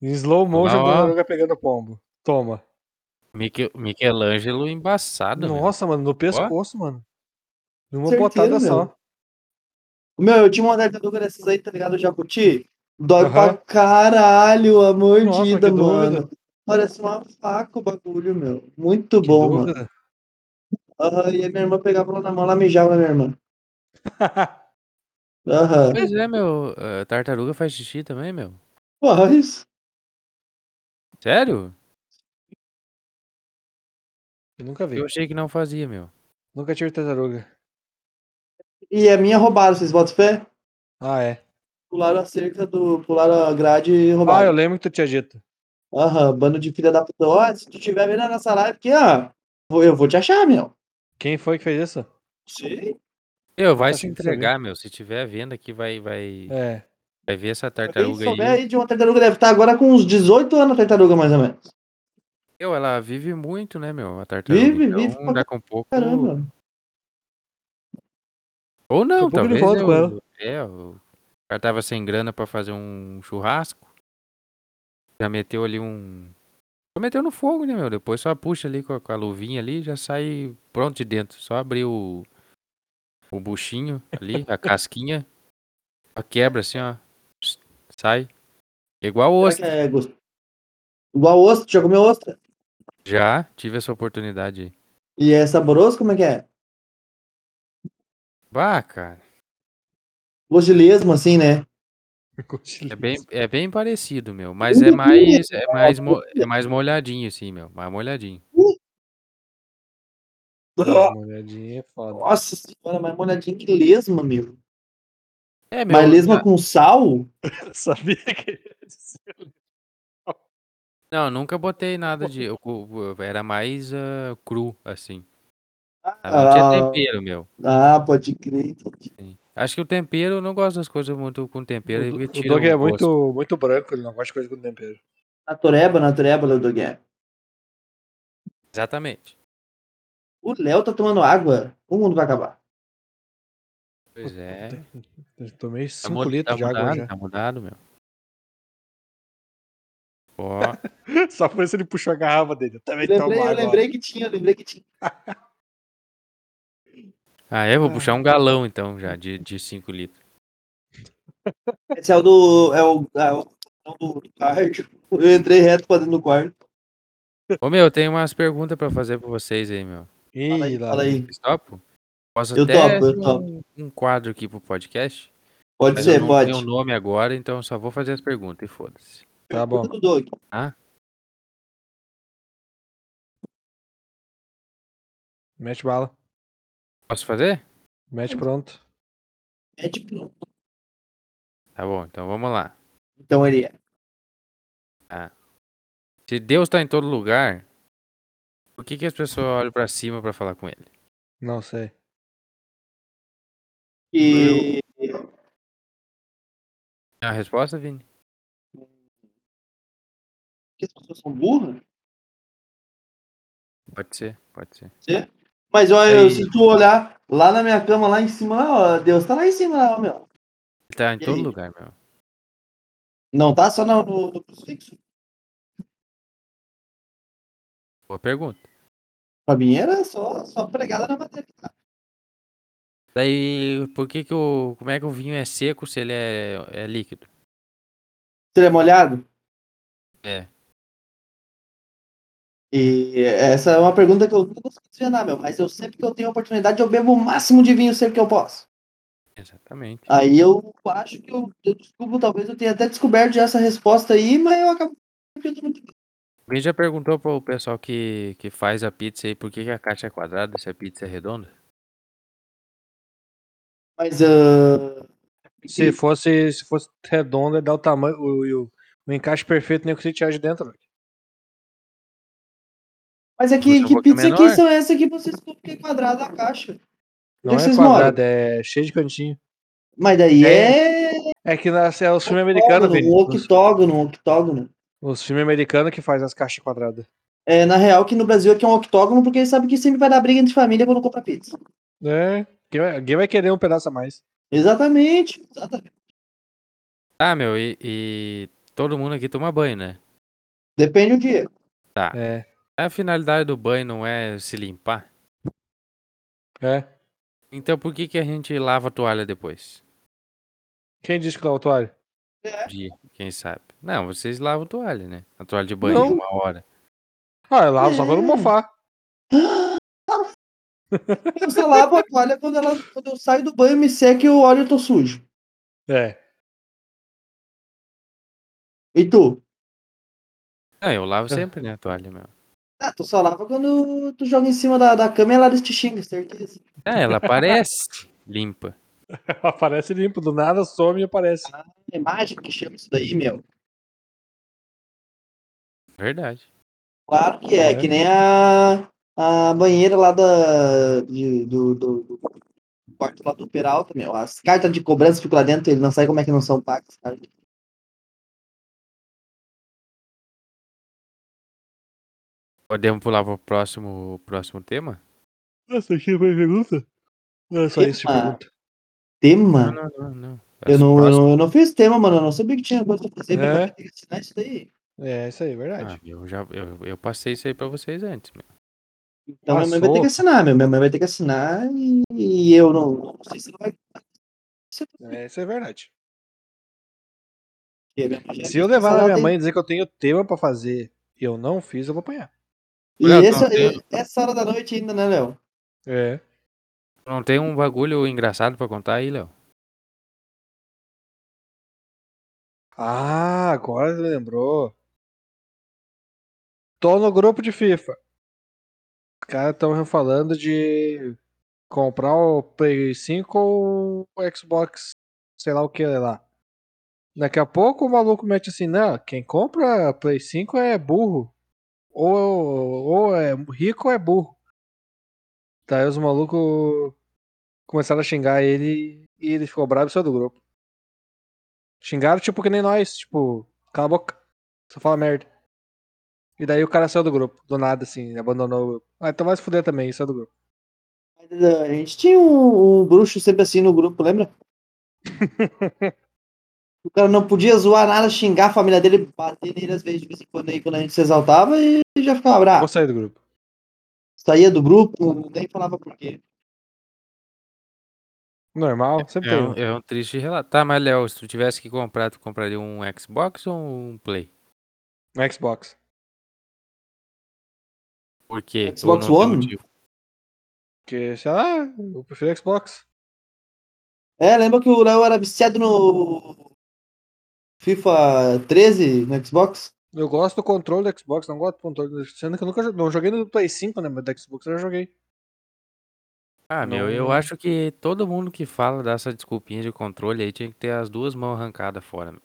Speaker 3: Em slow motion,
Speaker 1: Lá, ó.
Speaker 3: a tartaruga pegando pombo. Toma.
Speaker 1: Mique- Michelangelo embaçado. meu.
Speaker 3: Nossa, mano, no pescoço, mano. Numa
Speaker 2: Certeza,
Speaker 3: botada
Speaker 2: meu.
Speaker 3: só.
Speaker 2: Meu, eu tinha uma tartaruga dessas aí, tá ligado? Jabuti. Dói
Speaker 3: Aham.
Speaker 2: pra caralho a mordida,
Speaker 3: que
Speaker 2: mano.
Speaker 3: dúvida.
Speaker 2: Parece uma faca o bagulho, meu. Muito bom, mano.
Speaker 3: dúvida.
Speaker 2: Aham, e a minha irmã pegava ela na mão, ela mijava na minha irmã. Aham.
Speaker 1: Pois é, meu. eh, tartaruga faz xixi também, meu.
Speaker 2: Mas,
Speaker 1: Sério?
Speaker 3: Eu nunca vi.
Speaker 1: Eu achei que não fazia, meu.
Speaker 3: Nunca tive tartaruga.
Speaker 2: E a minha roubaram, vocês botam fé?
Speaker 3: Ah, é.
Speaker 2: Pularam a cerca do. Pularam a grade e
Speaker 3: Ah, eu
Speaker 2: roubaram.
Speaker 3: lembro que tu tinha dito.
Speaker 2: Aham, bando de filha da puta. Ó, se tu tiver vendo a nossa live aqui, ó, vou- eu vou te achar, meu.
Speaker 3: Quem foi que fez isso?
Speaker 2: Sim.
Speaker 1: Eu, vai se
Speaker 3: achei que sabia.
Speaker 1: entregar, meu. Se tiver vendo aqui, vai, vai,
Speaker 3: É.
Speaker 1: vai ver essa
Speaker 2: Quem
Speaker 1: tartaruga
Speaker 2: souber
Speaker 1: aí.
Speaker 2: aí de uma tartaruga deve estar agora com uns 18 anos, a tartaruga, mais ou menos.
Speaker 1: Eu, ela vive muito, né, meu? A tartaruga.
Speaker 2: Vive,
Speaker 1: então,
Speaker 2: vive pra
Speaker 1: dá com pouco.
Speaker 2: Caramba.
Speaker 1: Ou não,
Speaker 3: pouco ele
Speaker 1: talvez.
Speaker 3: volta
Speaker 1: né,
Speaker 3: com
Speaker 1: o- É, o o cara tava sem grana pra fazer um churrasco. Já meteu ali um. Só meteu no fogo, né, meu? Depois só puxa ali com a, com a luvinha ali já sai pronto de dentro. Só abrir o, o buchinho ali, a casquinha. A quebra assim, ó. Pss, Sai. É Igual
Speaker 2: Será que
Speaker 1: ostra.
Speaker 2: é gosto? Igual ostra, já comeu ostra?
Speaker 1: Já tive essa oportunidade aí.
Speaker 2: E é saboroso? Como é que é?
Speaker 1: Bah, cara.
Speaker 2: Gosto de lesma, assim, né?
Speaker 1: É bem, é bem parecido, meu. Mas é mais, é mais, mo- é mais molhadinho, assim, meu. Mais molhadinho.
Speaker 3: Molhadinha é foda.
Speaker 2: Nossa senhora, mas molhadinho que lesma, meu.
Speaker 1: É, meu.
Speaker 2: Mas assim lesma
Speaker 1: já-
Speaker 2: com sal?
Speaker 3: Sabia que ia dizer.
Speaker 1: Não, nunca botei nada de. eu co- eu Era mais ah, cru, assim. Ah, Não tinha
Speaker 2: Ah,
Speaker 1: tempero, meu.
Speaker 2: ah, pode crer.
Speaker 1: Acho que o tempero, eu não gosto das coisas muito com tempero.
Speaker 3: O,
Speaker 1: ele
Speaker 3: o
Speaker 1: tira um
Speaker 3: Doug é
Speaker 1: gosto.
Speaker 3: muito, muito branco, ele não gosta de coisa com tempero.
Speaker 2: Natureba, natureba, Léo Dogué.
Speaker 1: Exatamente.
Speaker 2: O Léo tá tomando água. O mundo vai acabar.
Speaker 1: Pois é.
Speaker 3: Eu tomei
Speaker 1: Tá
Speaker 3: 5
Speaker 1: mu-
Speaker 3: litros
Speaker 1: tá
Speaker 3: de água
Speaker 1: mudado,
Speaker 3: já.
Speaker 1: Tá mudado, meu. Ó,
Speaker 3: Só por isso ele puxou a garrafa dele. Eu também tomo
Speaker 2: Lembrei, eu
Speaker 3: água.
Speaker 2: lembrei que tinha, eu lembrei que tinha.
Speaker 1: Ah, é, vou puxar um galão então já, de 5 de cinco litros.
Speaker 2: Esse é o do. É o, é o, é o do quarto. Eu entrei reto pra dentro do quarto.
Speaker 1: Ô meu, eu tenho umas perguntas pra fazer pra vocês aí, meu.
Speaker 2: Fala aí,
Speaker 3: Ih, lá.
Speaker 2: fala aí.
Speaker 1: Vocês topam? Posso
Speaker 2: Eu
Speaker 1: até
Speaker 2: topo, eu
Speaker 1: fazer
Speaker 2: topo.
Speaker 1: um, um quadro aqui pro podcast.
Speaker 2: Pode
Speaker 1: Mas eu
Speaker 2: ser,
Speaker 1: não
Speaker 2: pode.
Speaker 1: tenho o nome agora, então eu só vou fazer as perguntas e foda-se.
Speaker 3: Tá bom.
Speaker 2: Tudo do Doug.
Speaker 3: Mete bala.
Speaker 1: Posso fazer?
Speaker 3: Mete pronto.
Speaker 2: É tipo.
Speaker 1: Tá bom, então vamos lá.
Speaker 2: Então ele é.
Speaker 1: Se Deus tá em todo lugar, por que, que as pessoas olham pra cima pra falar com ele?
Speaker 3: Não sei.
Speaker 2: E
Speaker 1: É a resposta, Vini?
Speaker 2: que as pessoas são burras.
Speaker 1: Pode ser, pode ser.
Speaker 2: Mas olha,
Speaker 1: Aí.
Speaker 2: se tu olhar lá na minha cama, lá em cima, lá, ó, Deus tá lá em cima, lá, ó, meu.
Speaker 1: Ele tá em
Speaker 2: E
Speaker 1: todo
Speaker 2: aí?
Speaker 1: lugar, meu.
Speaker 2: Não tá só no, no, no crucifixo.
Speaker 1: Boa pergunta.
Speaker 2: Pra mim era só, só pregada na matéria.
Speaker 1: Daí, por que que o... Como é que o vinho é seco se ele é, é líquido?
Speaker 2: Você é molhado?
Speaker 1: É.
Speaker 2: E essa é uma pergunta que eu nunca consigo desvendar, meu. Mas eu sempre que eu tenho a oportunidade, eu bebo o máximo de vinho sempre que eu posso.
Speaker 1: Exatamente.
Speaker 2: Aí eu acho que eu, eu descubro, talvez eu tenha até descoberto já essa resposta aí, mas eu acabo.
Speaker 1: Alguém já perguntou pro pessoal que, que faz a pizza aí por que, que a caixa é quadrada se a pizza é redonda?
Speaker 2: Mas. ah,
Speaker 3: Se fosse, se fosse redondo, ele dá o tamanho. O, o, o encaixe perfeito nem o que você tirar de dentro. velho.
Speaker 2: Mas é que,
Speaker 1: Você
Speaker 2: que
Speaker 1: boca
Speaker 2: pizza que
Speaker 1: menor?
Speaker 2: são essa que vocês compram que é quadrada a caixa?
Speaker 3: Não
Speaker 2: que
Speaker 3: é
Speaker 2: vocês
Speaker 3: quadrado, é cheio de cantinho.
Speaker 2: Mas daí
Speaker 3: É.
Speaker 2: é.
Speaker 3: É que nas, é os filmes americanos,
Speaker 2: Um
Speaker 3: Vini.
Speaker 2: octógono, um octógono.
Speaker 3: Os filmes americanos que faz as caixas quadradas.
Speaker 2: É, na real, que no Brasil aqui é um octógono, porque sabe que sempre vai dar briga entre família quando compra pizza.
Speaker 3: É. Quem vai, quem vai querer um pedaço a mais?
Speaker 2: Exatamente. exatamente.
Speaker 1: Tá, meu, e, e todo mundo aqui toma banho, né? Tá.
Speaker 2: Depende do dia.
Speaker 3: É.
Speaker 1: A finalidade do banho não é se limpar.
Speaker 3: É.
Speaker 1: Então por que, que a gente lava a toalha depois?
Speaker 3: Quem disse que tá dá o toalho?
Speaker 1: Um Dia, quem sabe? Não, vocês lavam a toalha, né? A toalha de banho
Speaker 3: Não.
Speaker 1: uma hora.
Speaker 3: Ah, eu lavo só pra não
Speaker 2: É.
Speaker 3: mofar.
Speaker 2: Eu só lavo a toalha quando, ela, quando eu saio do banho, me seco e eu olho e tô sujo.
Speaker 3: É.
Speaker 2: E tu?
Speaker 1: Não, eu lavo sempre, né, a toalha, meu.
Speaker 2: Ah, tu só lava quando tu joga em cima da, da cama e ela te xinga, certeza.
Speaker 1: É, ela aparece limpa.
Speaker 3: aparece limpo, do nada some e aparece.
Speaker 2: É mágica que chama isso daí, meu.
Speaker 1: Verdade.
Speaker 2: Claro que é,
Speaker 3: É.
Speaker 2: que nem a, a banheira lá da, de- do, do, do quarto lá do Peralta, meu. As cartas de cobrança ficam lá dentro, ele não sabe como é que não são pagas, cara.
Speaker 1: Podemos pular pro próximo, próximo tema?
Speaker 3: Nossa, aqui foi pergunta? Não, é só isso de
Speaker 2: Ah.
Speaker 3: pergunta.
Speaker 1: Não,
Speaker 2: Tema?
Speaker 1: não, não. não.
Speaker 2: Eu não, eu,
Speaker 1: Próximo-
Speaker 2: não, eu não fiz tema, mano. Eu não sabia que tinha coisa pra fazer.
Speaker 3: É.
Speaker 2: mas eu vou ter que assinar isso daí.
Speaker 3: É, isso aí, verdade.
Speaker 1: Ah, eu, já, eu, eu passei isso aí pra vocês antes, meu.
Speaker 2: Então minha mãe vai
Speaker 3: Passou.
Speaker 2: ter que assinar, meu. Minha mãe vai ter que assinar e, e eu não, não sei se ela vai
Speaker 3: É, isso é verdade.
Speaker 2: ter. Minha mãe já
Speaker 3: É. Se eu
Speaker 2: fez
Speaker 3: levar
Speaker 2: essa
Speaker 3: na minha
Speaker 2: ordem.
Speaker 3: mãe e dizer que eu tenho tema pra fazer e eu não fiz, eu vou apanhar.
Speaker 2: E
Speaker 1: Olha,
Speaker 2: essa, é,
Speaker 1: não, eu-
Speaker 2: essa hora da noite ainda, né, Léo?
Speaker 3: É.
Speaker 1: Não tem um bagulho engraçado pra contar aí, Léo?
Speaker 3: Ah, agora você lembrou. Tô no grupo de FIFA. Os caras estão falando de comprar o Play 5 ou o Xbox, sei lá o que lá. Daqui a pouco o maluco mete assim, não, quem compra Play 5 é burro. Ou, ou é rico ou é burro. Daí os malucos começaram a xingar ele e ele ficou bravo e saiu do grupo. Xingaram, tipo, que nem nós, tipo, cala a boca, só fala merda. E daí o cara saiu do grupo, do nada, assim, abandonou o grupo. Ah, então vai se fuder também, e saiu do grupo.
Speaker 2: Mas, eh, A gente tinha um, um bruxo sempre assim no grupo, lembra? o cara não podia zoar nada, xingar a família dele, bater nele às vezes de vez em quando aí, quando a gente se exaltava e já ficava
Speaker 3: Vou
Speaker 2: bravo.
Speaker 3: sair do grupo.
Speaker 2: Saía do grupo, nem falava por quê.
Speaker 3: Normal, sempre
Speaker 1: É
Speaker 3: tem.
Speaker 1: um,
Speaker 3: um.
Speaker 1: é um triste relato. Tá, mas Léo, se tu tivesse que comprar, tu compraria um Xbox ou um Play? É.
Speaker 3: No um Xbox.
Speaker 1: Por quê?
Speaker 2: Xbox
Speaker 1: Ou não tem
Speaker 2: One?
Speaker 1: motivo?
Speaker 3: Porque, sei lá, eu prefiro Xbox.
Speaker 2: É, lembra que o Léo era viciado no FIFA 13 no Xbox?
Speaker 3: Eu gosto do controle do Xbox, não gosto do controle do Sendo que eu nunca jo- não joguei no Play 5, né? Mas do Xbox eu já joguei.
Speaker 1: Ah, meu, eu
Speaker 3: Não-
Speaker 1: acho que todo mundo que fala dessa desculpinha de controle aí tinha que ter as duas mãos arrancadas fora, meu.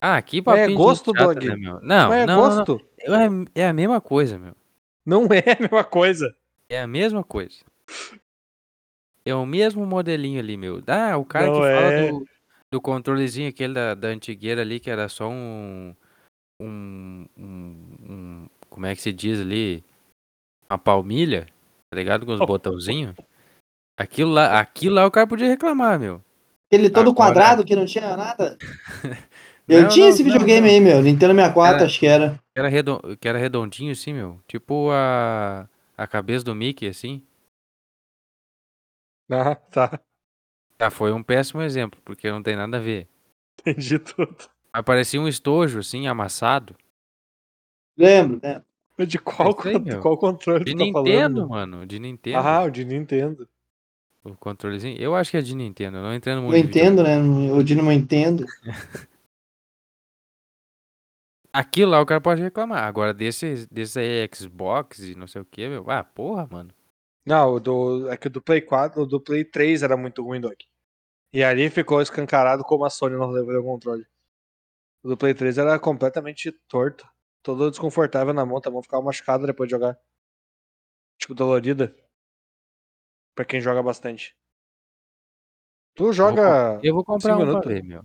Speaker 1: Ah, que
Speaker 3: Mas é
Speaker 1: papinho de gente
Speaker 3: gosto,
Speaker 1: chata,
Speaker 3: dog.
Speaker 1: né, meu? Não,
Speaker 3: mas é
Speaker 1: não, não, não.
Speaker 3: gosto.
Speaker 1: Eu- É, é a mesma coisa, meu.
Speaker 3: Não é a mesma coisa.
Speaker 1: É a mesma coisa. É o mesmo modelinho ali, meu. Ah, o cara que
Speaker 3: Não
Speaker 1: fala
Speaker 3: é.
Speaker 1: do, do controlezinho aquele da, da antigueira ali, que era só um, um, um- um- Como é que se diz ali? Uma palmilha, tá ligado?
Speaker 3: Oh.
Speaker 1: Com os botãozinhos. Aquilo lá, aquilo lá o cara podia reclamar, meu.
Speaker 2: Aquele todo
Speaker 1: Agora-
Speaker 2: quadrado que não tinha nada. Eu
Speaker 1: Não,
Speaker 2: tinha
Speaker 1: não,
Speaker 2: esse
Speaker 1: não,
Speaker 2: videogame
Speaker 1: não.
Speaker 2: aí, meu. Nintendo 64,
Speaker 1: Era-
Speaker 2: acho que era.
Speaker 1: Que era, redon... que era redondinho, assim, meu. Tipo a... a cabeça do Mickey, assim.
Speaker 3: Ah, tá.
Speaker 1: Tá, foi um péssimo exemplo, porque não tem nada a ver.
Speaker 3: Entendi tudo.
Speaker 1: Mas parecia um estojo, assim, amassado.
Speaker 2: Lembro, né?
Speaker 3: Mas De
Speaker 1: É
Speaker 3: qual,
Speaker 1: isso aí,
Speaker 3: con-
Speaker 1: meu.
Speaker 3: qual controle
Speaker 1: De
Speaker 3: tu tá
Speaker 1: Nintendo,
Speaker 3: falando?
Speaker 1: mano. De Nintendo.
Speaker 3: Ah, o de Nintendo.
Speaker 1: O controlezinho. Eu acho que é de Nintendo. Eu não entendo muito.
Speaker 2: Não
Speaker 1: de videogame.
Speaker 2: entendo, né? Eu de não entendo.
Speaker 1: Aquilo lá o cara pode reclamar. Agora, desse, desse aí Xbox e não sei o que, meu. Ah, porra, mano.
Speaker 3: Não, o do, é que o do Play 4, o do Play 3 era muito ruim, Doc. E ali ficou escancarado como a Sony não levou o controle. O do Play 3 era completamente torto. Todo desconfortável na mão, tá? A mão ficava machucada depois de jogar. Tipo, dolorida. Pra quem joga bastante. Tu joga.
Speaker 1: Eu vou comprar
Speaker 3: Cinco
Speaker 1: um pra
Speaker 3: minutos.
Speaker 1: ver, meu.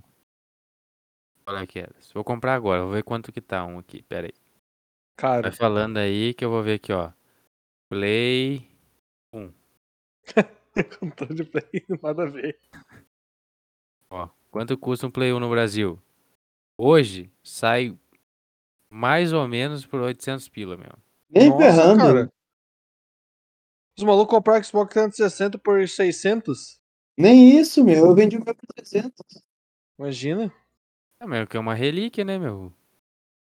Speaker 1: Paraquedas. Vou comprar agora, vou ver quanto que tá um aqui, pera aí. Vai
Speaker 3: Cara,
Speaker 1: falando aí que eu vou ver aqui, ó. Play.
Speaker 3: controle de play, nada a ver.
Speaker 1: Ó, quanto custa um Play 1 no Brasil? Hoje sai mais ou menos por 800 pila, meu.
Speaker 2: Nem
Speaker 3: Nossa,
Speaker 2: ferrando.
Speaker 3: cara. Os malucos compraram Xbox 360 por 600?
Speaker 2: Nem isso, meu. Eu vendi o meu por 300.
Speaker 3: Imagina.
Speaker 1: É, meu, que é uma relíquia, né, meu?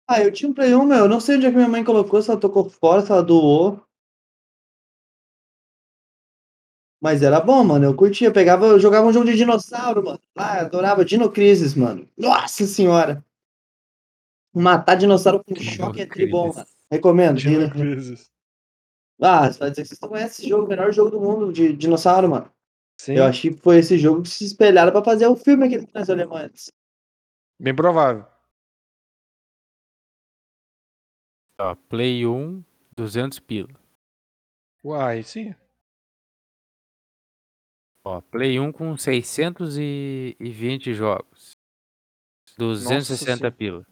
Speaker 2: Ah, eu tinha um Play 1, meu. Eu não sei onde é que minha mãe colocou, se ela tocou fora, se ela doou. Mas era bom, mano. Eu curtia. Eu pegava, eu jogava um jogo de dinossauro, mano. Ah, eu adorava Dino Crisis, mano. Nossa senhora! Matar dinossauro com choque é tri bom, mano. Recomendo.
Speaker 3: Imagina
Speaker 2: Dino-
Speaker 3: crises.
Speaker 2: Ah, você vai dizer que vocês não conhecem esse jogo, o melhor jogo do mundo de dinossauro, mano.
Speaker 3: Sim,
Speaker 2: Eu achei que foi esse jogo que se espelharam pra fazer o filme aqui nas alemães.
Speaker 3: bem provável.
Speaker 1: Ó, Play 1, 200 pila.
Speaker 3: Uai, sim.
Speaker 1: Ó, Play 1 com 620 jogos. 260
Speaker 3: senhora.
Speaker 1: pila.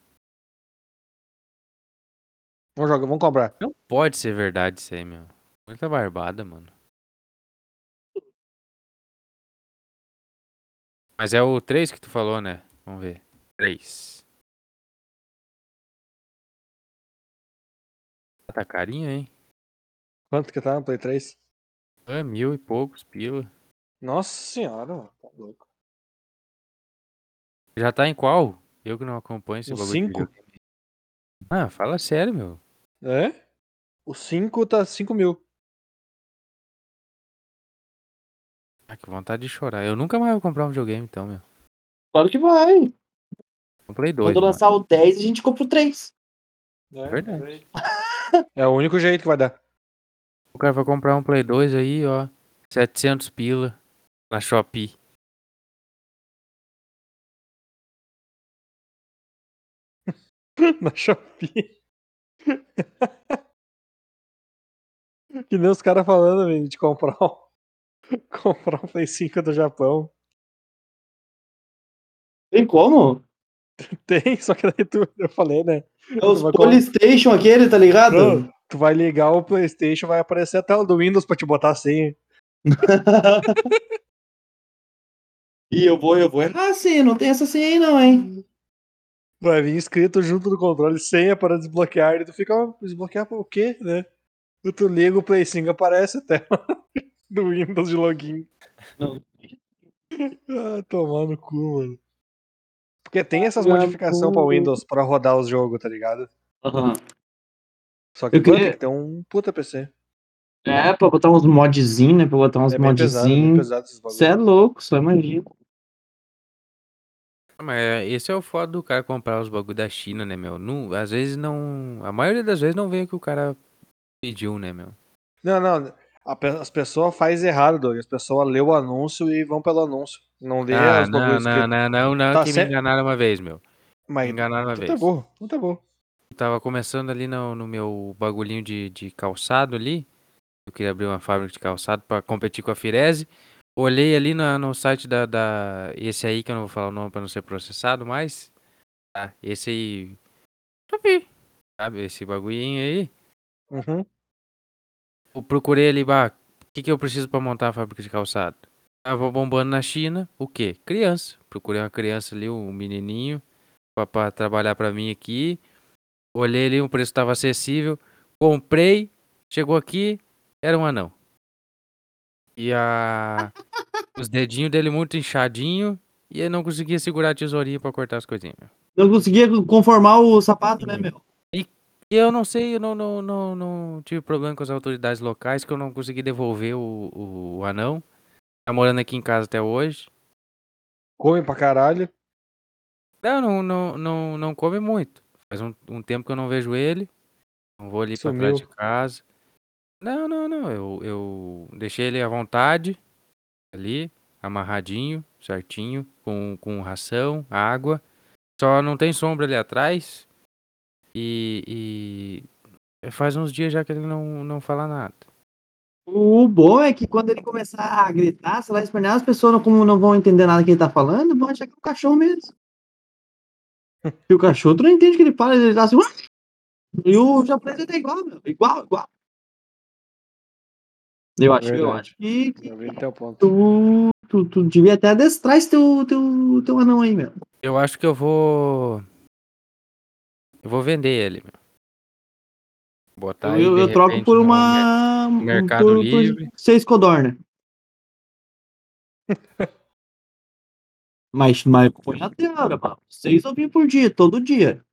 Speaker 3: Vamos jogar, vamos comprar.
Speaker 1: Não pode ser verdade isso aí, meu. Muita barbada, mano. Mas é o 3 que tu falou, né? Vamos ver. 3. Tá carinho, hein?
Speaker 3: Quanto que tá no Play 3?
Speaker 1: É mil e poucos pila.
Speaker 3: Nossa senhora, mano, tá louco.
Speaker 1: Já tá em qual? Eu que não acompanho esse
Speaker 3: O
Speaker 1: bagulho. de
Speaker 3: cinco?
Speaker 1: videogame. Ah, fala sério, meu.
Speaker 3: É? O 5 tá 5 mil.
Speaker 1: Ah, que vontade de chorar. Eu nunca mais vou comprar um videogame, então, meu.
Speaker 2: Claro que vai.
Speaker 1: Comprei dois.
Speaker 2: Quando
Speaker 1: mano.
Speaker 2: lançar o 10, a gente compra o 3.
Speaker 3: É
Speaker 1: verdade.
Speaker 3: É o único jeito que vai dar.
Speaker 1: O cara vai comprar um Play 2 aí, ó. 700 pila na Shopee.
Speaker 3: Na Shopee. que nem os caras falando, velho, de comprar um, comprar um Play 5 do Japão.
Speaker 2: Tem como?
Speaker 3: Tem, só que daí tu, eu falei, né?
Speaker 2: É os
Speaker 3: Vai
Speaker 2: Polystation aquele, tá ligado?
Speaker 3: Não, tu vai ligar o PlayStation, vai aparecer a tela do Windows pra te botar a senha.
Speaker 2: e eu vou, eu vou errar sim, não tem essa senha aí não, hein?
Speaker 3: Vai vir escrito junto do controle senha para desbloquear. E tu fica, "Ah, desbloquear pra o quê, né? E tu liga o Play 5, aparece a tela do Windows de login.
Speaker 2: Não.
Speaker 3: Ah, tomar no cu, mano. Porque tem essas
Speaker 2: Ah,
Speaker 3: modificações pra
Speaker 2: pô.
Speaker 3: Windows pra rodar os jogos, tá ligado? Só que
Speaker 2: Eu
Speaker 3: pô,
Speaker 2: queria-
Speaker 3: tem que ter um puta PC.
Speaker 2: É, pra botar uns modzinhos, né? Pra botar uns
Speaker 3: É bem pesado, é bem pesado esses bagulhos.
Speaker 2: Você é louco, só imagina.
Speaker 1: Mas é- esse é o foda do cara comprar os bagulho da China, né, meu? Não, às vezes não. A maioria das vezes não vem o que o cara pediu, né, meu?
Speaker 3: Não, não. a pe- as pessoas fazem errado, Doug. As pessoas lê o anúncio e vão pelo anúncio. Não lê
Speaker 1: ah,
Speaker 3: os
Speaker 1: não,
Speaker 3: bagulhos
Speaker 1: não,
Speaker 3: escritos.
Speaker 1: não, não, não,
Speaker 3: Tá
Speaker 1: que
Speaker 3: certo.
Speaker 1: me enganaram uma vez, meu. Me
Speaker 3: Mas
Speaker 1: enganaram uma
Speaker 3: tu
Speaker 1: vez.
Speaker 3: tá burro, tu tá burro.
Speaker 1: Tava começando ali no, no meu bagulhinho de, de calçado ali. Eu queria abrir uma fábrica de calçado pra competir com a Firese. Olhei ali na- no site da, da. Esse aí, que eu não vou falar o nome pra não ser processado, mas. Tá, esse aí. Eu vi. Sabe, esse bagulhinho aí.
Speaker 3: Uhum.
Speaker 1: Eu procurei ali, bah, o que, que eu preciso pra montar a fábrica de calçado? Tava bombando na China, o quê? Criança. Procurei uma criança ali, um menininho, pra, pra trabalhar pra mim aqui. Olhei ali, o preço tava acessível. Comprei, chegou aqui, era um anão. E a... os dedinhos dele muito inchadinho e eu não conseguia segurar a tesourinha pra cortar as coisinhas.
Speaker 2: Não conseguia conformar o sapato, né, meu?
Speaker 1: E eu não sei, eu não, não, não, não tive problema com as autoridades locais, que eu não consegui devolver o, o, o anão. Tá morando aqui em casa até hoje.
Speaker 3: Come pra caralho.
Speaker 1: Não, É, não, não, não, não come muito. Faz um, um tempo que eu não vejo ele. Não vou ali pra trás de
Speaker 3: Sumiu.
Speaker 1: casa. Não, não, não. Eu, eu deixei ele à vontade. Ali, amarradinho, certinho, com, com ração, água. Só não tem sombra ali atrás. E, e faz uns dias já que ele não, não fala nada.
Speaker 2: O bom é que quando ele começar a gritar, sei lá, espernear, as pessoas, não, como não vão entender nada que ele tá falando, vão achar que é o cachorro mesmo. E o cachorro, tu não entende que ele fala, ele tá assim. "Ué!" E o japonês é igual, meu. Igual, igual. Eu acho, eu
Speaker 3: Verdade.
Speaker 2: acho. que- que
Speaker 3: Eu vi teu ponto.
Speaker 2: tu, tu, tu devia até adestrar esse teu, teu, teu anão aí, meu.
Speaker 1: Eu acho que eu vou. Eu vou vender ele. meu. Botar aí,
Speaker 2: eu
Speaker 1: de
Speaker 2: eu troco
Speaker 1: repente,
Speaker 2: por
Speaker 1: no
Speaker 2: uma. um
Speaker 1: mer- Mercado
Speaker 2: por- por
Speaker 1: Livre.
Speaker 2: seis codorna. mas, mas põe na tela, pá. Seis ovinhos por dia, todo dia.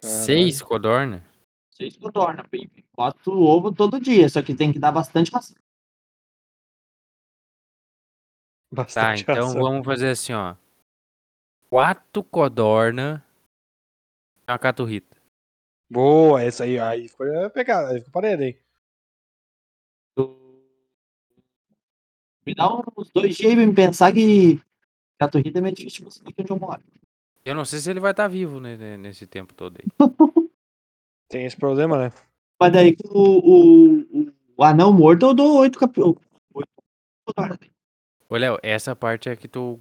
Speaker 3: Caralho.
Speaker 1: Seis codorna?
Speaker 2: Seis codorna, baby. Quatro ovos todo dia, só que tem que dar bastante ração.
Speaker 1: Tá,
Speaker 3: Bastante
Speaker 1: então
Speaker 3: ação.
Speaker 1: vamos fazer assim, ó. Quatro codorna. Uma caturrita.
Speaker 3: Boa, essa aí, aí ficou é, pegada, aí ficou parede, hein?
Speaker 2: Me dá uns dois dias pra me pensar que Caturrita é meio difícil de conseguir onde eu moro.
Speaker 1: Eu não sei se ele vai estar vivo ne- ne- nesse tempo todo aí.
Speaker 3: Tem esse problema, né?
Speaker 2: Mas daí o, o, o, o anão morto eu dou oito cap... oito codorna.
Speaker 1: Ô, Léo, essa parte é que tu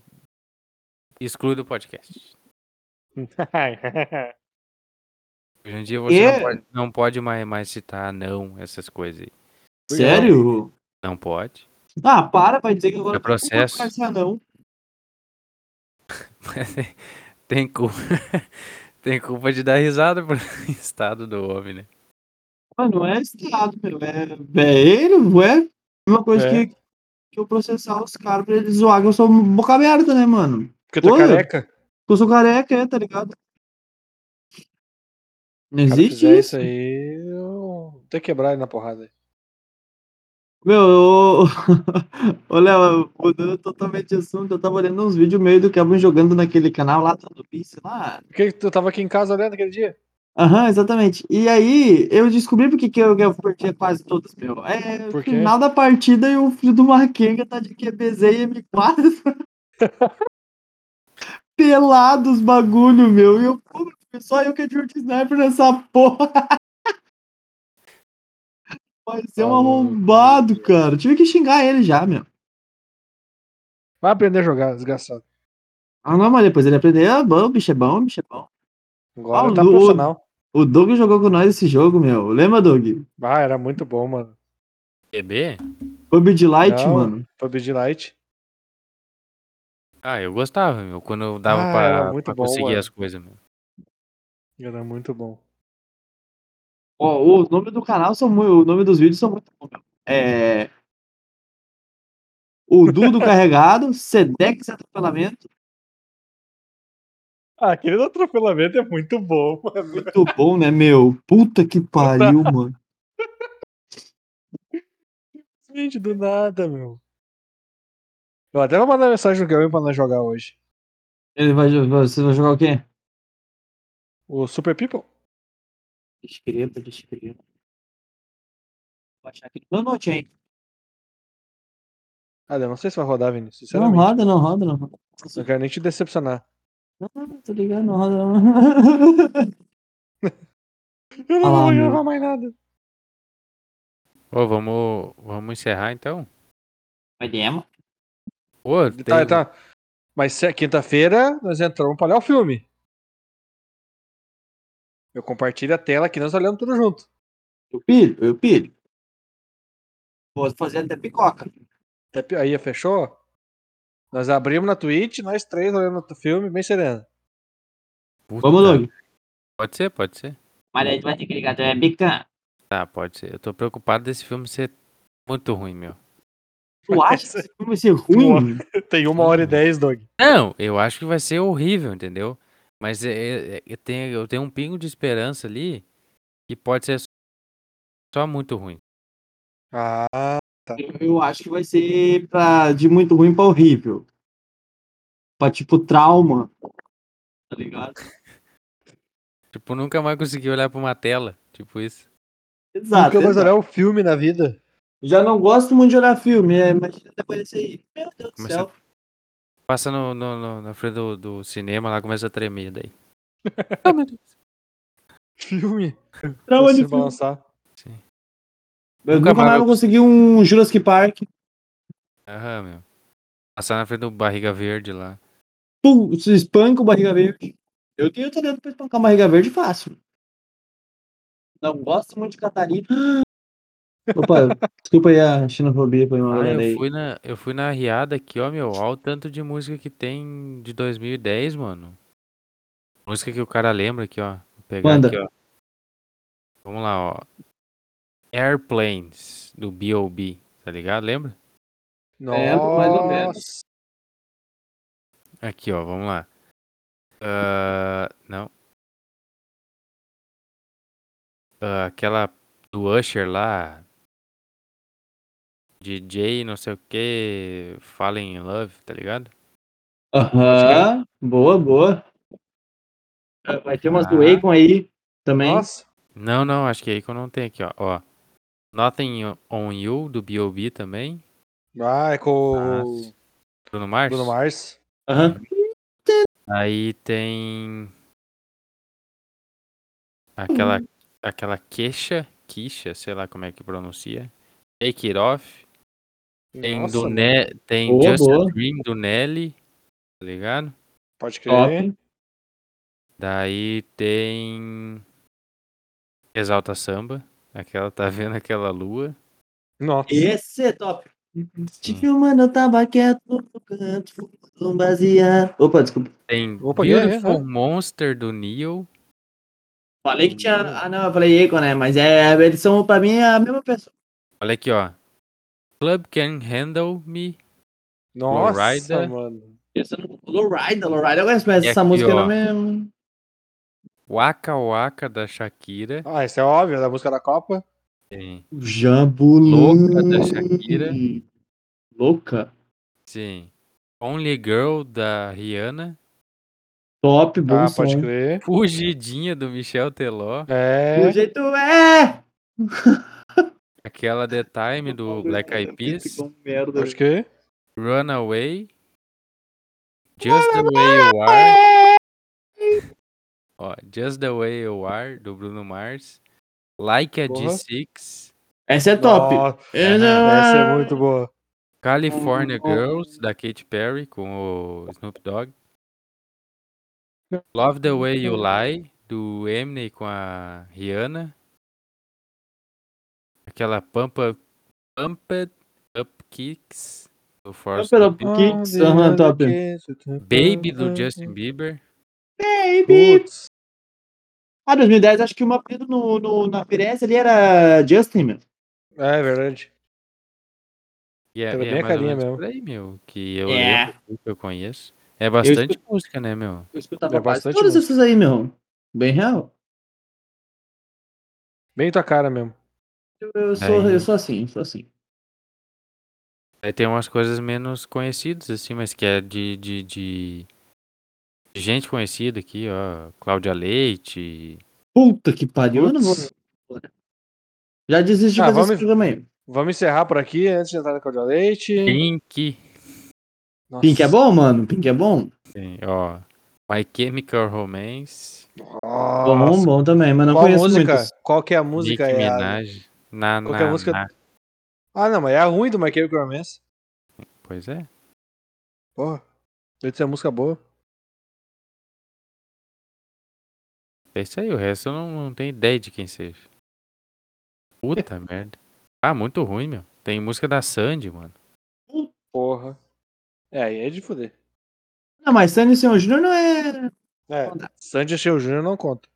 Speaker 1: exclui do podcast. Hoje em dia você
Speaker 3: É?
Speaker 1: não
Speaker 2: Quê?
Speaker 1: pode, não pode mais, mais citar não, essas coisas aí.
Speaker 2: Sério?
Speaker 1: Não pode.
Speaker 2: Ah, para, vai dizer que agora
Speaker 1: É processo.
Speaker 2: eu não não.
Speaker 1: Tem culpa. Tem culpa de dar risada pro estado do homem, né?
Speaker 2: Mas não é estado, meu. É, é ele, ué. Uma coisa
Speaker 3: É.
Speaker 2: que, que eu processar os caras pra eles zoar que eu sou boca aberta, né, mano?
Speaker 3: Porque tu é
Speaker 2: Oi?
Speaker 3: careca.
Speaker 2: Que eu sou careca, é, tá ligado? Não
Speaker 3: Se o cara
Speaker 2: existe
Speaker 3: fizer
Speaker 2: isso.
Speaker 3: isso aí, eu vou ter que quebrar ele na porrada. aí.
Speaker 2: Meu, eu... Ô, Léo, mudando totalmente de assunto, eu tava olhando uns vídeos meio do Kevin jogando naquele canal lá do Piece lá.
Speaker 3: Por que que tu tava aqui em casa olhando aquele dia?
Speaker 2: Aham, exatamente. E aí, eu descobri porque que eu, que eu perdia quase todas, meu. É, no
Speaker 3: Por quê?
Speaker 2: final da partida, e o filho do Marquenga tá de QBZ e M4. Pelado os bagulho, meu. E eu, pô, só eu que é Jordan Sniper nessa porra. Vai ser um
Speaker 3: Tá louco.
Speaker 2: arrombado, cara. Tive que xingar ele já, meu.
Speaker 3: Vai aprender a jogar, desgraçado.
Speaker 2: Ah, não, mas depois ele aprendeu. Ah, bom, bicho é bom, bicho é bom.
Speaker 3: Agora
Speaker 2: Ah,
Speaker 3: ele tá
Speaker 2: o-
Speaker 3: profissional.
Speaker 2: O Doug jogou com nós esse jogo, meu. Lembra, Doug?
Speaker 3: Ah, era muito bom, mano. É
Speaker 1: bebê
Speaker 2: PUBG Light,
Speaker 3: Não,
Speaker 2: mano.
Speaker 3: PUBG Lite.
Speaker 1: Ah, eu gostava, meu. Quando eu dava
Speaker 3: Ah, era
Speaker 1: pra,
Speaker 3: muito
Speaker 1: pra
Speaker 3: bom,
Speaker 1: conseguir
Speaker 3: mano.
Speaker 1: as coisas, meu.
Speaker 3: Era muito bom.
Speaker 2: Ó, os nomes do canal são muito. O nome dos vídeos são muito bons, meu. É. O Dudo carregado, Sedex atropelamento.
Speaker 3: Ah, aquele atropelamento é muito bom, mano.
Speaker 2: Muito bom, né, meu? Puta que pariu, mano.
Speaker 3: Gente, do nada, meu. Eu até vou mandar mensagem no Gavin pra nós jogar hoje.
Speaker 2: Ele vai, jo- você vai jogar o quê?
Speaker 3: O Super People?
Speaker 2: Escreva, descreva. Vou achar aqui. Boa noite, hein?
Speaker 3: Ah, eu não sei se vai rodar, Vini,
Speaker 2: Não
Speaker 3: sinceramente.
Speaker 2: roda, não roda, não roda.
Speaker 3: Não quero nem te decepcionar.
Speaker 2: Ah, tô ligado, não roda, não.
Speaker 3: Eu não
Speaker 2: Ah,
Speaker 3: vou
Speaker 2: meu.
Speaker 3: gravar mais nada.
Speaker 1: Ô, vamos, vamos encerrar então?
Speaker 2: Mas demo.
Speaker 1: Ô, tem-
Speaker 3: Tá, tá. Mas se- quinta-feira nós entramos pra olhar o filme. Eu compartilho a tela aqui, nós olhamos tudo junto.
Speaker 2: Eu pilho, eu pilho. Posso fazer até picoca.
Speaker 3: Até pi- Aí, fechou? Nós abrimos na Twitch, nós três olhando o filme, bem sereno.
Speaker 1: um- Puta,
Speaker 2: Vamos, Doug.
Speaker 1: Pode ser, pode ser.
Speaker 2: Mas aí tu vai ter que ligar, tu é bican.
Speaker 1: Tá, pode ser. Eu tô preocupado desse filme ser muito ruim, meu.
Speaker 2: Tu acha que esse filme vai ser ruim?
Speaker 3: Tem uma hora e dez, Dog.
Speaker 1: Não, eu acho que vai ser horrível, entendeu? Mas é- é- é- eu, tenho, eu tenho um pingo de esperança ali que pode ser só muito ruim.
Speaker 3: Ah,
Speaker 2: Eu, eu acho que vai ser pra, de muito ruim pra horrível. Pra tipo trauma. Tá ligado?
Speaker 1: Tipo, nunca mais consegui olhar pra uma tela. Tipo isso.
Speaker 2: Exato.
Speaker 3: nunca mais
Speaker 2: exato.
Speaker 3: olhar o filme na vida.
Speaker 2: Já não gosto muito de olhar filme, é, imagina depois desse aí. Meu Deus do
Speaker 1: Começa-
Speaker 2: céu.
Speaker 1: Passa no, no- no- na frente do, do cinema lá, começa a tremer daí. Ah, meu Deus.
Speaker 3: Filme.
Speaker 2: Trauma
Speaker 3: Você
Speaker 2: de filme.
Speaker 3: se balançar.
Speaker 2: Eu
Speaker 1: Nunca
Speaker 2: nunca mais
Speaker 1: mais
Speaker 2: vou conseguir um Jurassic Park.
Speaker 1: Aham, meu. Passar na frente do barriga verde lá.
Speaker 2: Pum, se espanca o barriga verde. Eu tenho talento pra espancar o barriga verde fácil. Não gosto muito de Catarina. Opa, desculpa aí a xenofobia, foi uma
Speaker 1: Ah,
Speaker 2: olhada
Speaker 1: eu
Speaker 2: aí.
Speaker 1: fui, na, eu fui na riada aqui, ó, meu. Olha o tanto de música que tem de 2010, mano. Música que o cara lembra aqui, ó. Vou pegar
Speaker 2: Manda.
Speaker 1: aqui, ó. Vamos lá, ó. Airplanes, do B.O.B., tá ligado? Lembra?
Speaker 2: Lembro, É, mais ou menos.
Speaker 3: Nossa.
Speaker 1: Aqui, ó, vamos lá. Ah, não. Ah, aquela do Usher lá. DJ, não sei o que. Fallen in Love, tá ligado?
Speaker 2: Aham, boa, boa. Vai ter umas do
Speaker 1: Ah.
Speaker 2: Akon aí também.
Speaker 3: É, Nossa.
Speaker 1: Não, não, acho que é aí que eu não tenho aqui, ó. ó. Nothing on You, do B.O.B. também.
Speaker 3: Ah, é com
Speaker 1: Nossa.
Speaker 3: o
Speaker 1: Bruno Mars.
Speaker 3: Bruno Mars.
Speaker 2: Aham.
Speaker 1: Aí tem.
Speaker 3: Hum.
Speaker 1: Aquela, aquela queixa, quicha, sei lá como é que pronuncia. Take It Off. Tem,
Speaker 3: Nossa, né?
Speaker 1: do Ne- tem
Speaker 2: Boa,
Speaker 1: Just
Speaker 2: boa.
Speaker 1: a Dream do Nelly, tá ligado?
Speaker 3: Pode crer.
Speaker 2: Top.
Speaker 1: Daí tem Exalta Samba, aquela tá vendo aquela lua.
Speaker 3: Nossa.
Speaker 2: Esse é top. Te filmando, eu tava quieto no canto, um baseado. Opa, desculpa.
Speaker 1: Tem
Speaker 3: Opa, que é,
Speaker 1: Beautiful Monster do Neil.
Speaker 2: Falei que tinha. Ah, não, eu falei Akon, né? Mas é, eles são, pra mim, é a mesma pessoa.
Speaker 1: Olha aqui, ó. Club Can Handle Me.
Speaker 3: Nossa,
Speaker 1: Florida.
Speaker 3: mano.
Speaker 2: Essa não- Lowrider, Lowrider, eu conheço, mas
Speaker 1: E
Speaker 2: essa
Speaker 1: aqui,
Speaker 2: música
Speaker 1: ó.
Speaker 2: não mesmo.
Speaker 1: Waka Waka da Shakira.
Speaker 3: Ah, isso é óbvio, é da música da Copa.
Speaker 1: Tem.
Speaker 2: Jabulu.
Speaker 1: Louca da Shakira.
Speaker 2: Louca.
Speaker 1: Sim. Only Girl da Rihanna.
Speaker 2: Top, bom
Speaker 3: ah,
Speaker 2: som.
Speaker 3: pode crer.
Speaker 1: Fugidinha do Michel Teló.
Speaker 2: O
Speaker 3: É.
Speaker 2: jeito é.
Speaker 1: Aquela The Time do Black Eyed Peas.
Speaker 2: Ficou merda.
Speaker 3: Pode crer.
Speaker 1: Runaway. Just the Way You Are. Ó, Just the Way You Are, do Bruno Mars. Like a
Speaker 3: Porra.
Speaker 1: D6.
Speaker 2: Essa é top. Ah.
Speaker 3: Nossa,
Speaker 2: Essa
Speaker 3: essa é muito boa.
Speaker 1: California
Speaker 2: Bom, bom.
Speaker 1: Girls, da Katy Perry, com o Snoop Dogg. Love the Way You Lie, do Eminem com a Rihanna. Aquela Pampa. Pumped Up Kicks, do Force.
Speaker 2: Pump It Up Kicks,
Speaker 3: Ah,
Speaker 2: aham, top.
Speaker 3: tá
Speaker 1: Baby, do Justin Bieber.
Speaker 2: Baby.
Speaker 3: Putz.
Speaker 2: Ah, 2010, acho que o meu apelido no, no, na Pirelli ali era Justin, meu.
Speaker 3: É verdade.
Speaker 1: E é,
Speaker 3: Era
Speaker 1: e é
Speaker 3: bem a
Speaker 1: mais ou
Speaker 3: carinha
Speaker 1: menos
Speaker 3: mesmo.
Speaker 1: por aí, meu, que eu
Speaker 2: É.
Speaker 1: lembro, que eu conheço. É bastante música, né, meu?
Speaker 2: Eu escutava
Speaker 3: É
Speaker 2: quase
Speaker 3: bastante
Speaker 2: todas
Speaker 3: música.
Speaker 2: essas aí, meu. Bem real.
Speaker 3: Bem tua cara mesmo.
Speaker 2: Eu,
Speaker 3: É,
Speaker 2: eu sou,
Speaker 1: Aí.
Speaker 2: eu sou assim, eu sou assim.
Speaker 1: Aí tem umas coisas menos conhecidas, assim, mas que é de, de, de, de gente conhecida aqui, ó. Cláudia Leite.
Speaker 2: Puta que pariu, eu não vou.
Speaker 3: Putz.
Speaker 2: Já desisti de
Speaker 3: Ah,
Speaker 2: fazer
Speaker 3: vamos-
Speaker 2: esse programa aí.
Speaker 3: Vamos encerrar por aqui antes de entrar no Cláudio Leite.
Speaker 1: Pink.
Speaker 3: Nossa.
Speaker 2: Pink é bom, mano? Pink é bom?
Speaker 1: Tem, ó. My Chemical Romance.
Speaker 2: Bom,
Speaker 3: Nossa.
Speaker 2: bom também, mas não
Speaker 3: Qual
Speaker 2: conheço
Speaker 3: música?
Speaker 2: muitas.
Speaker 3: Qual que é a música?
Speaker 1: Nicki
Speaker 3: É a-
Speaker 1: Minaj. Na,
Speaker 3: Qual que é a
Speaker 1: na,
Speaker 3: música?
Speaker 1: na-
Speaker 3: Ah, não, mas é a ruim do My Chemical Romance.
Speaker 1: Pois é.
Speaker 3: Porra. Deve ser música boa.
Speaker 1: É isso aí, o resto eu não, não tenho ideia de quem seja. Puta merda. Ah, muito ruim, meu. Tem música da Sandy, mano.
Speaker 3: Porra. É, aí é de fuder.
Speaker 2: Não, mas Sandy e Senhor Júnior não é.
Speaker 3: É,
Speaker 2: Não dá.
Speaker 3: Sandy Cheio Júnior não conta.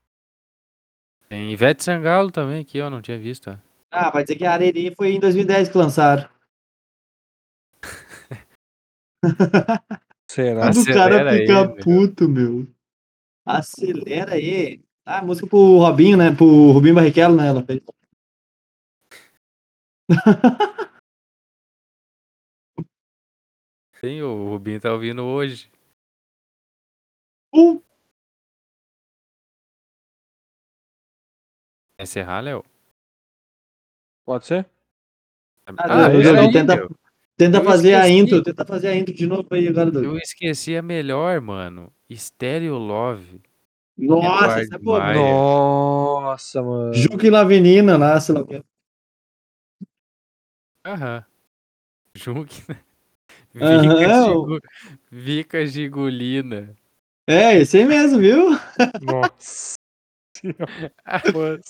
Speaker 1: Tem Ivete Sangalo também aqui, ó. Não tinha visto, ó.
Speaker 2: Ah, vai dizer que a Arerê foi em 2010 que lançaram.
Speaker 3: Será?
Speaker 2: Quando o
Speaker 1: Acelera né?
Speaker 2: cara fica
Speaker 1: aí, meu.
Speaker 2: puto, meu. Acelera aí. Ah, música pro Robinho, né? Pro Rubinho Barrichello, né? Ela fez.
Speaker 1: Tem, o Rubinho tá ouvindo hoje.
Speaker 2: Uh,
Speaker 1: Quer encerrar, Léo?
Speaker 3: Pode ser?
Speaker 2: Ah,
Speaker 3: eu
Speaker 1: peraí,
Speaker 2: tenta-
Speaker 1: meu.
Speaker 2: tenta
Speaker 1: Eu
Speaker 2: fazer a
Speaker 1: esqueci.
Speaker 2: intro, tenta fazer a intro de novo aí agora. Doug.
Speaker 1: Eu esqueci a melhor, mano. Stereo Love. Eduardo
Speaker 2: Nossa, essa é boa.
Speaker 1: Maia. Ah, é.
Speaker 3: Nossa, mano.
Speaker 2: Juca e Lavinina lá, sei lá o que.
Speaker 1: Aham. Junque, né?
Speaker 2: Aham,
Speaker 1: Vica,
Speaker 2: é o-
Speaker 1: Gigu... Vica Gigulina.
Speaker 2: É, esse aí mesmo, viu?
Speaker 3: Nossa. Senhora.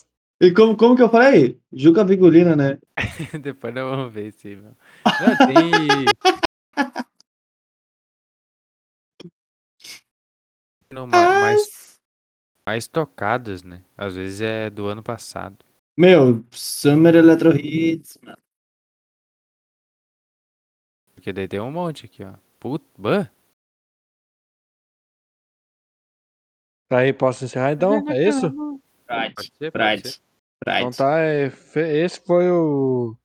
Speaker 2: E como, como que eu falei? Juca Vigolina, né?
Speaker 1: Depois nós vamos ver se. Não, Não, tem. Não, ma- mais, mais tocadas, né? Às vezes é do ano passado.
Speaker 2: Meu, Summer Electro Hits, mano.
Speaker 1: Porque daí tem um monte aqui, ó. Puta, bah,
Speaker 3: Tá aí, posso encerrar então? É isso?
Speaker 1: pode ser, pode ser.
Speaker 3: Então tá, é, fe- esse foi o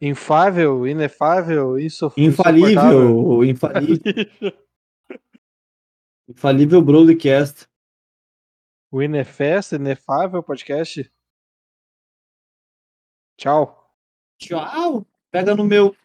Speaker 3: infável, inefável, insof- insuportável.
Speaker 2: Infalível, infalível. infalível Broadcast.
Speaker 3: O Inefest, inefável podcast. Tchau.
Speaker 2: Tchau! Pega no meu.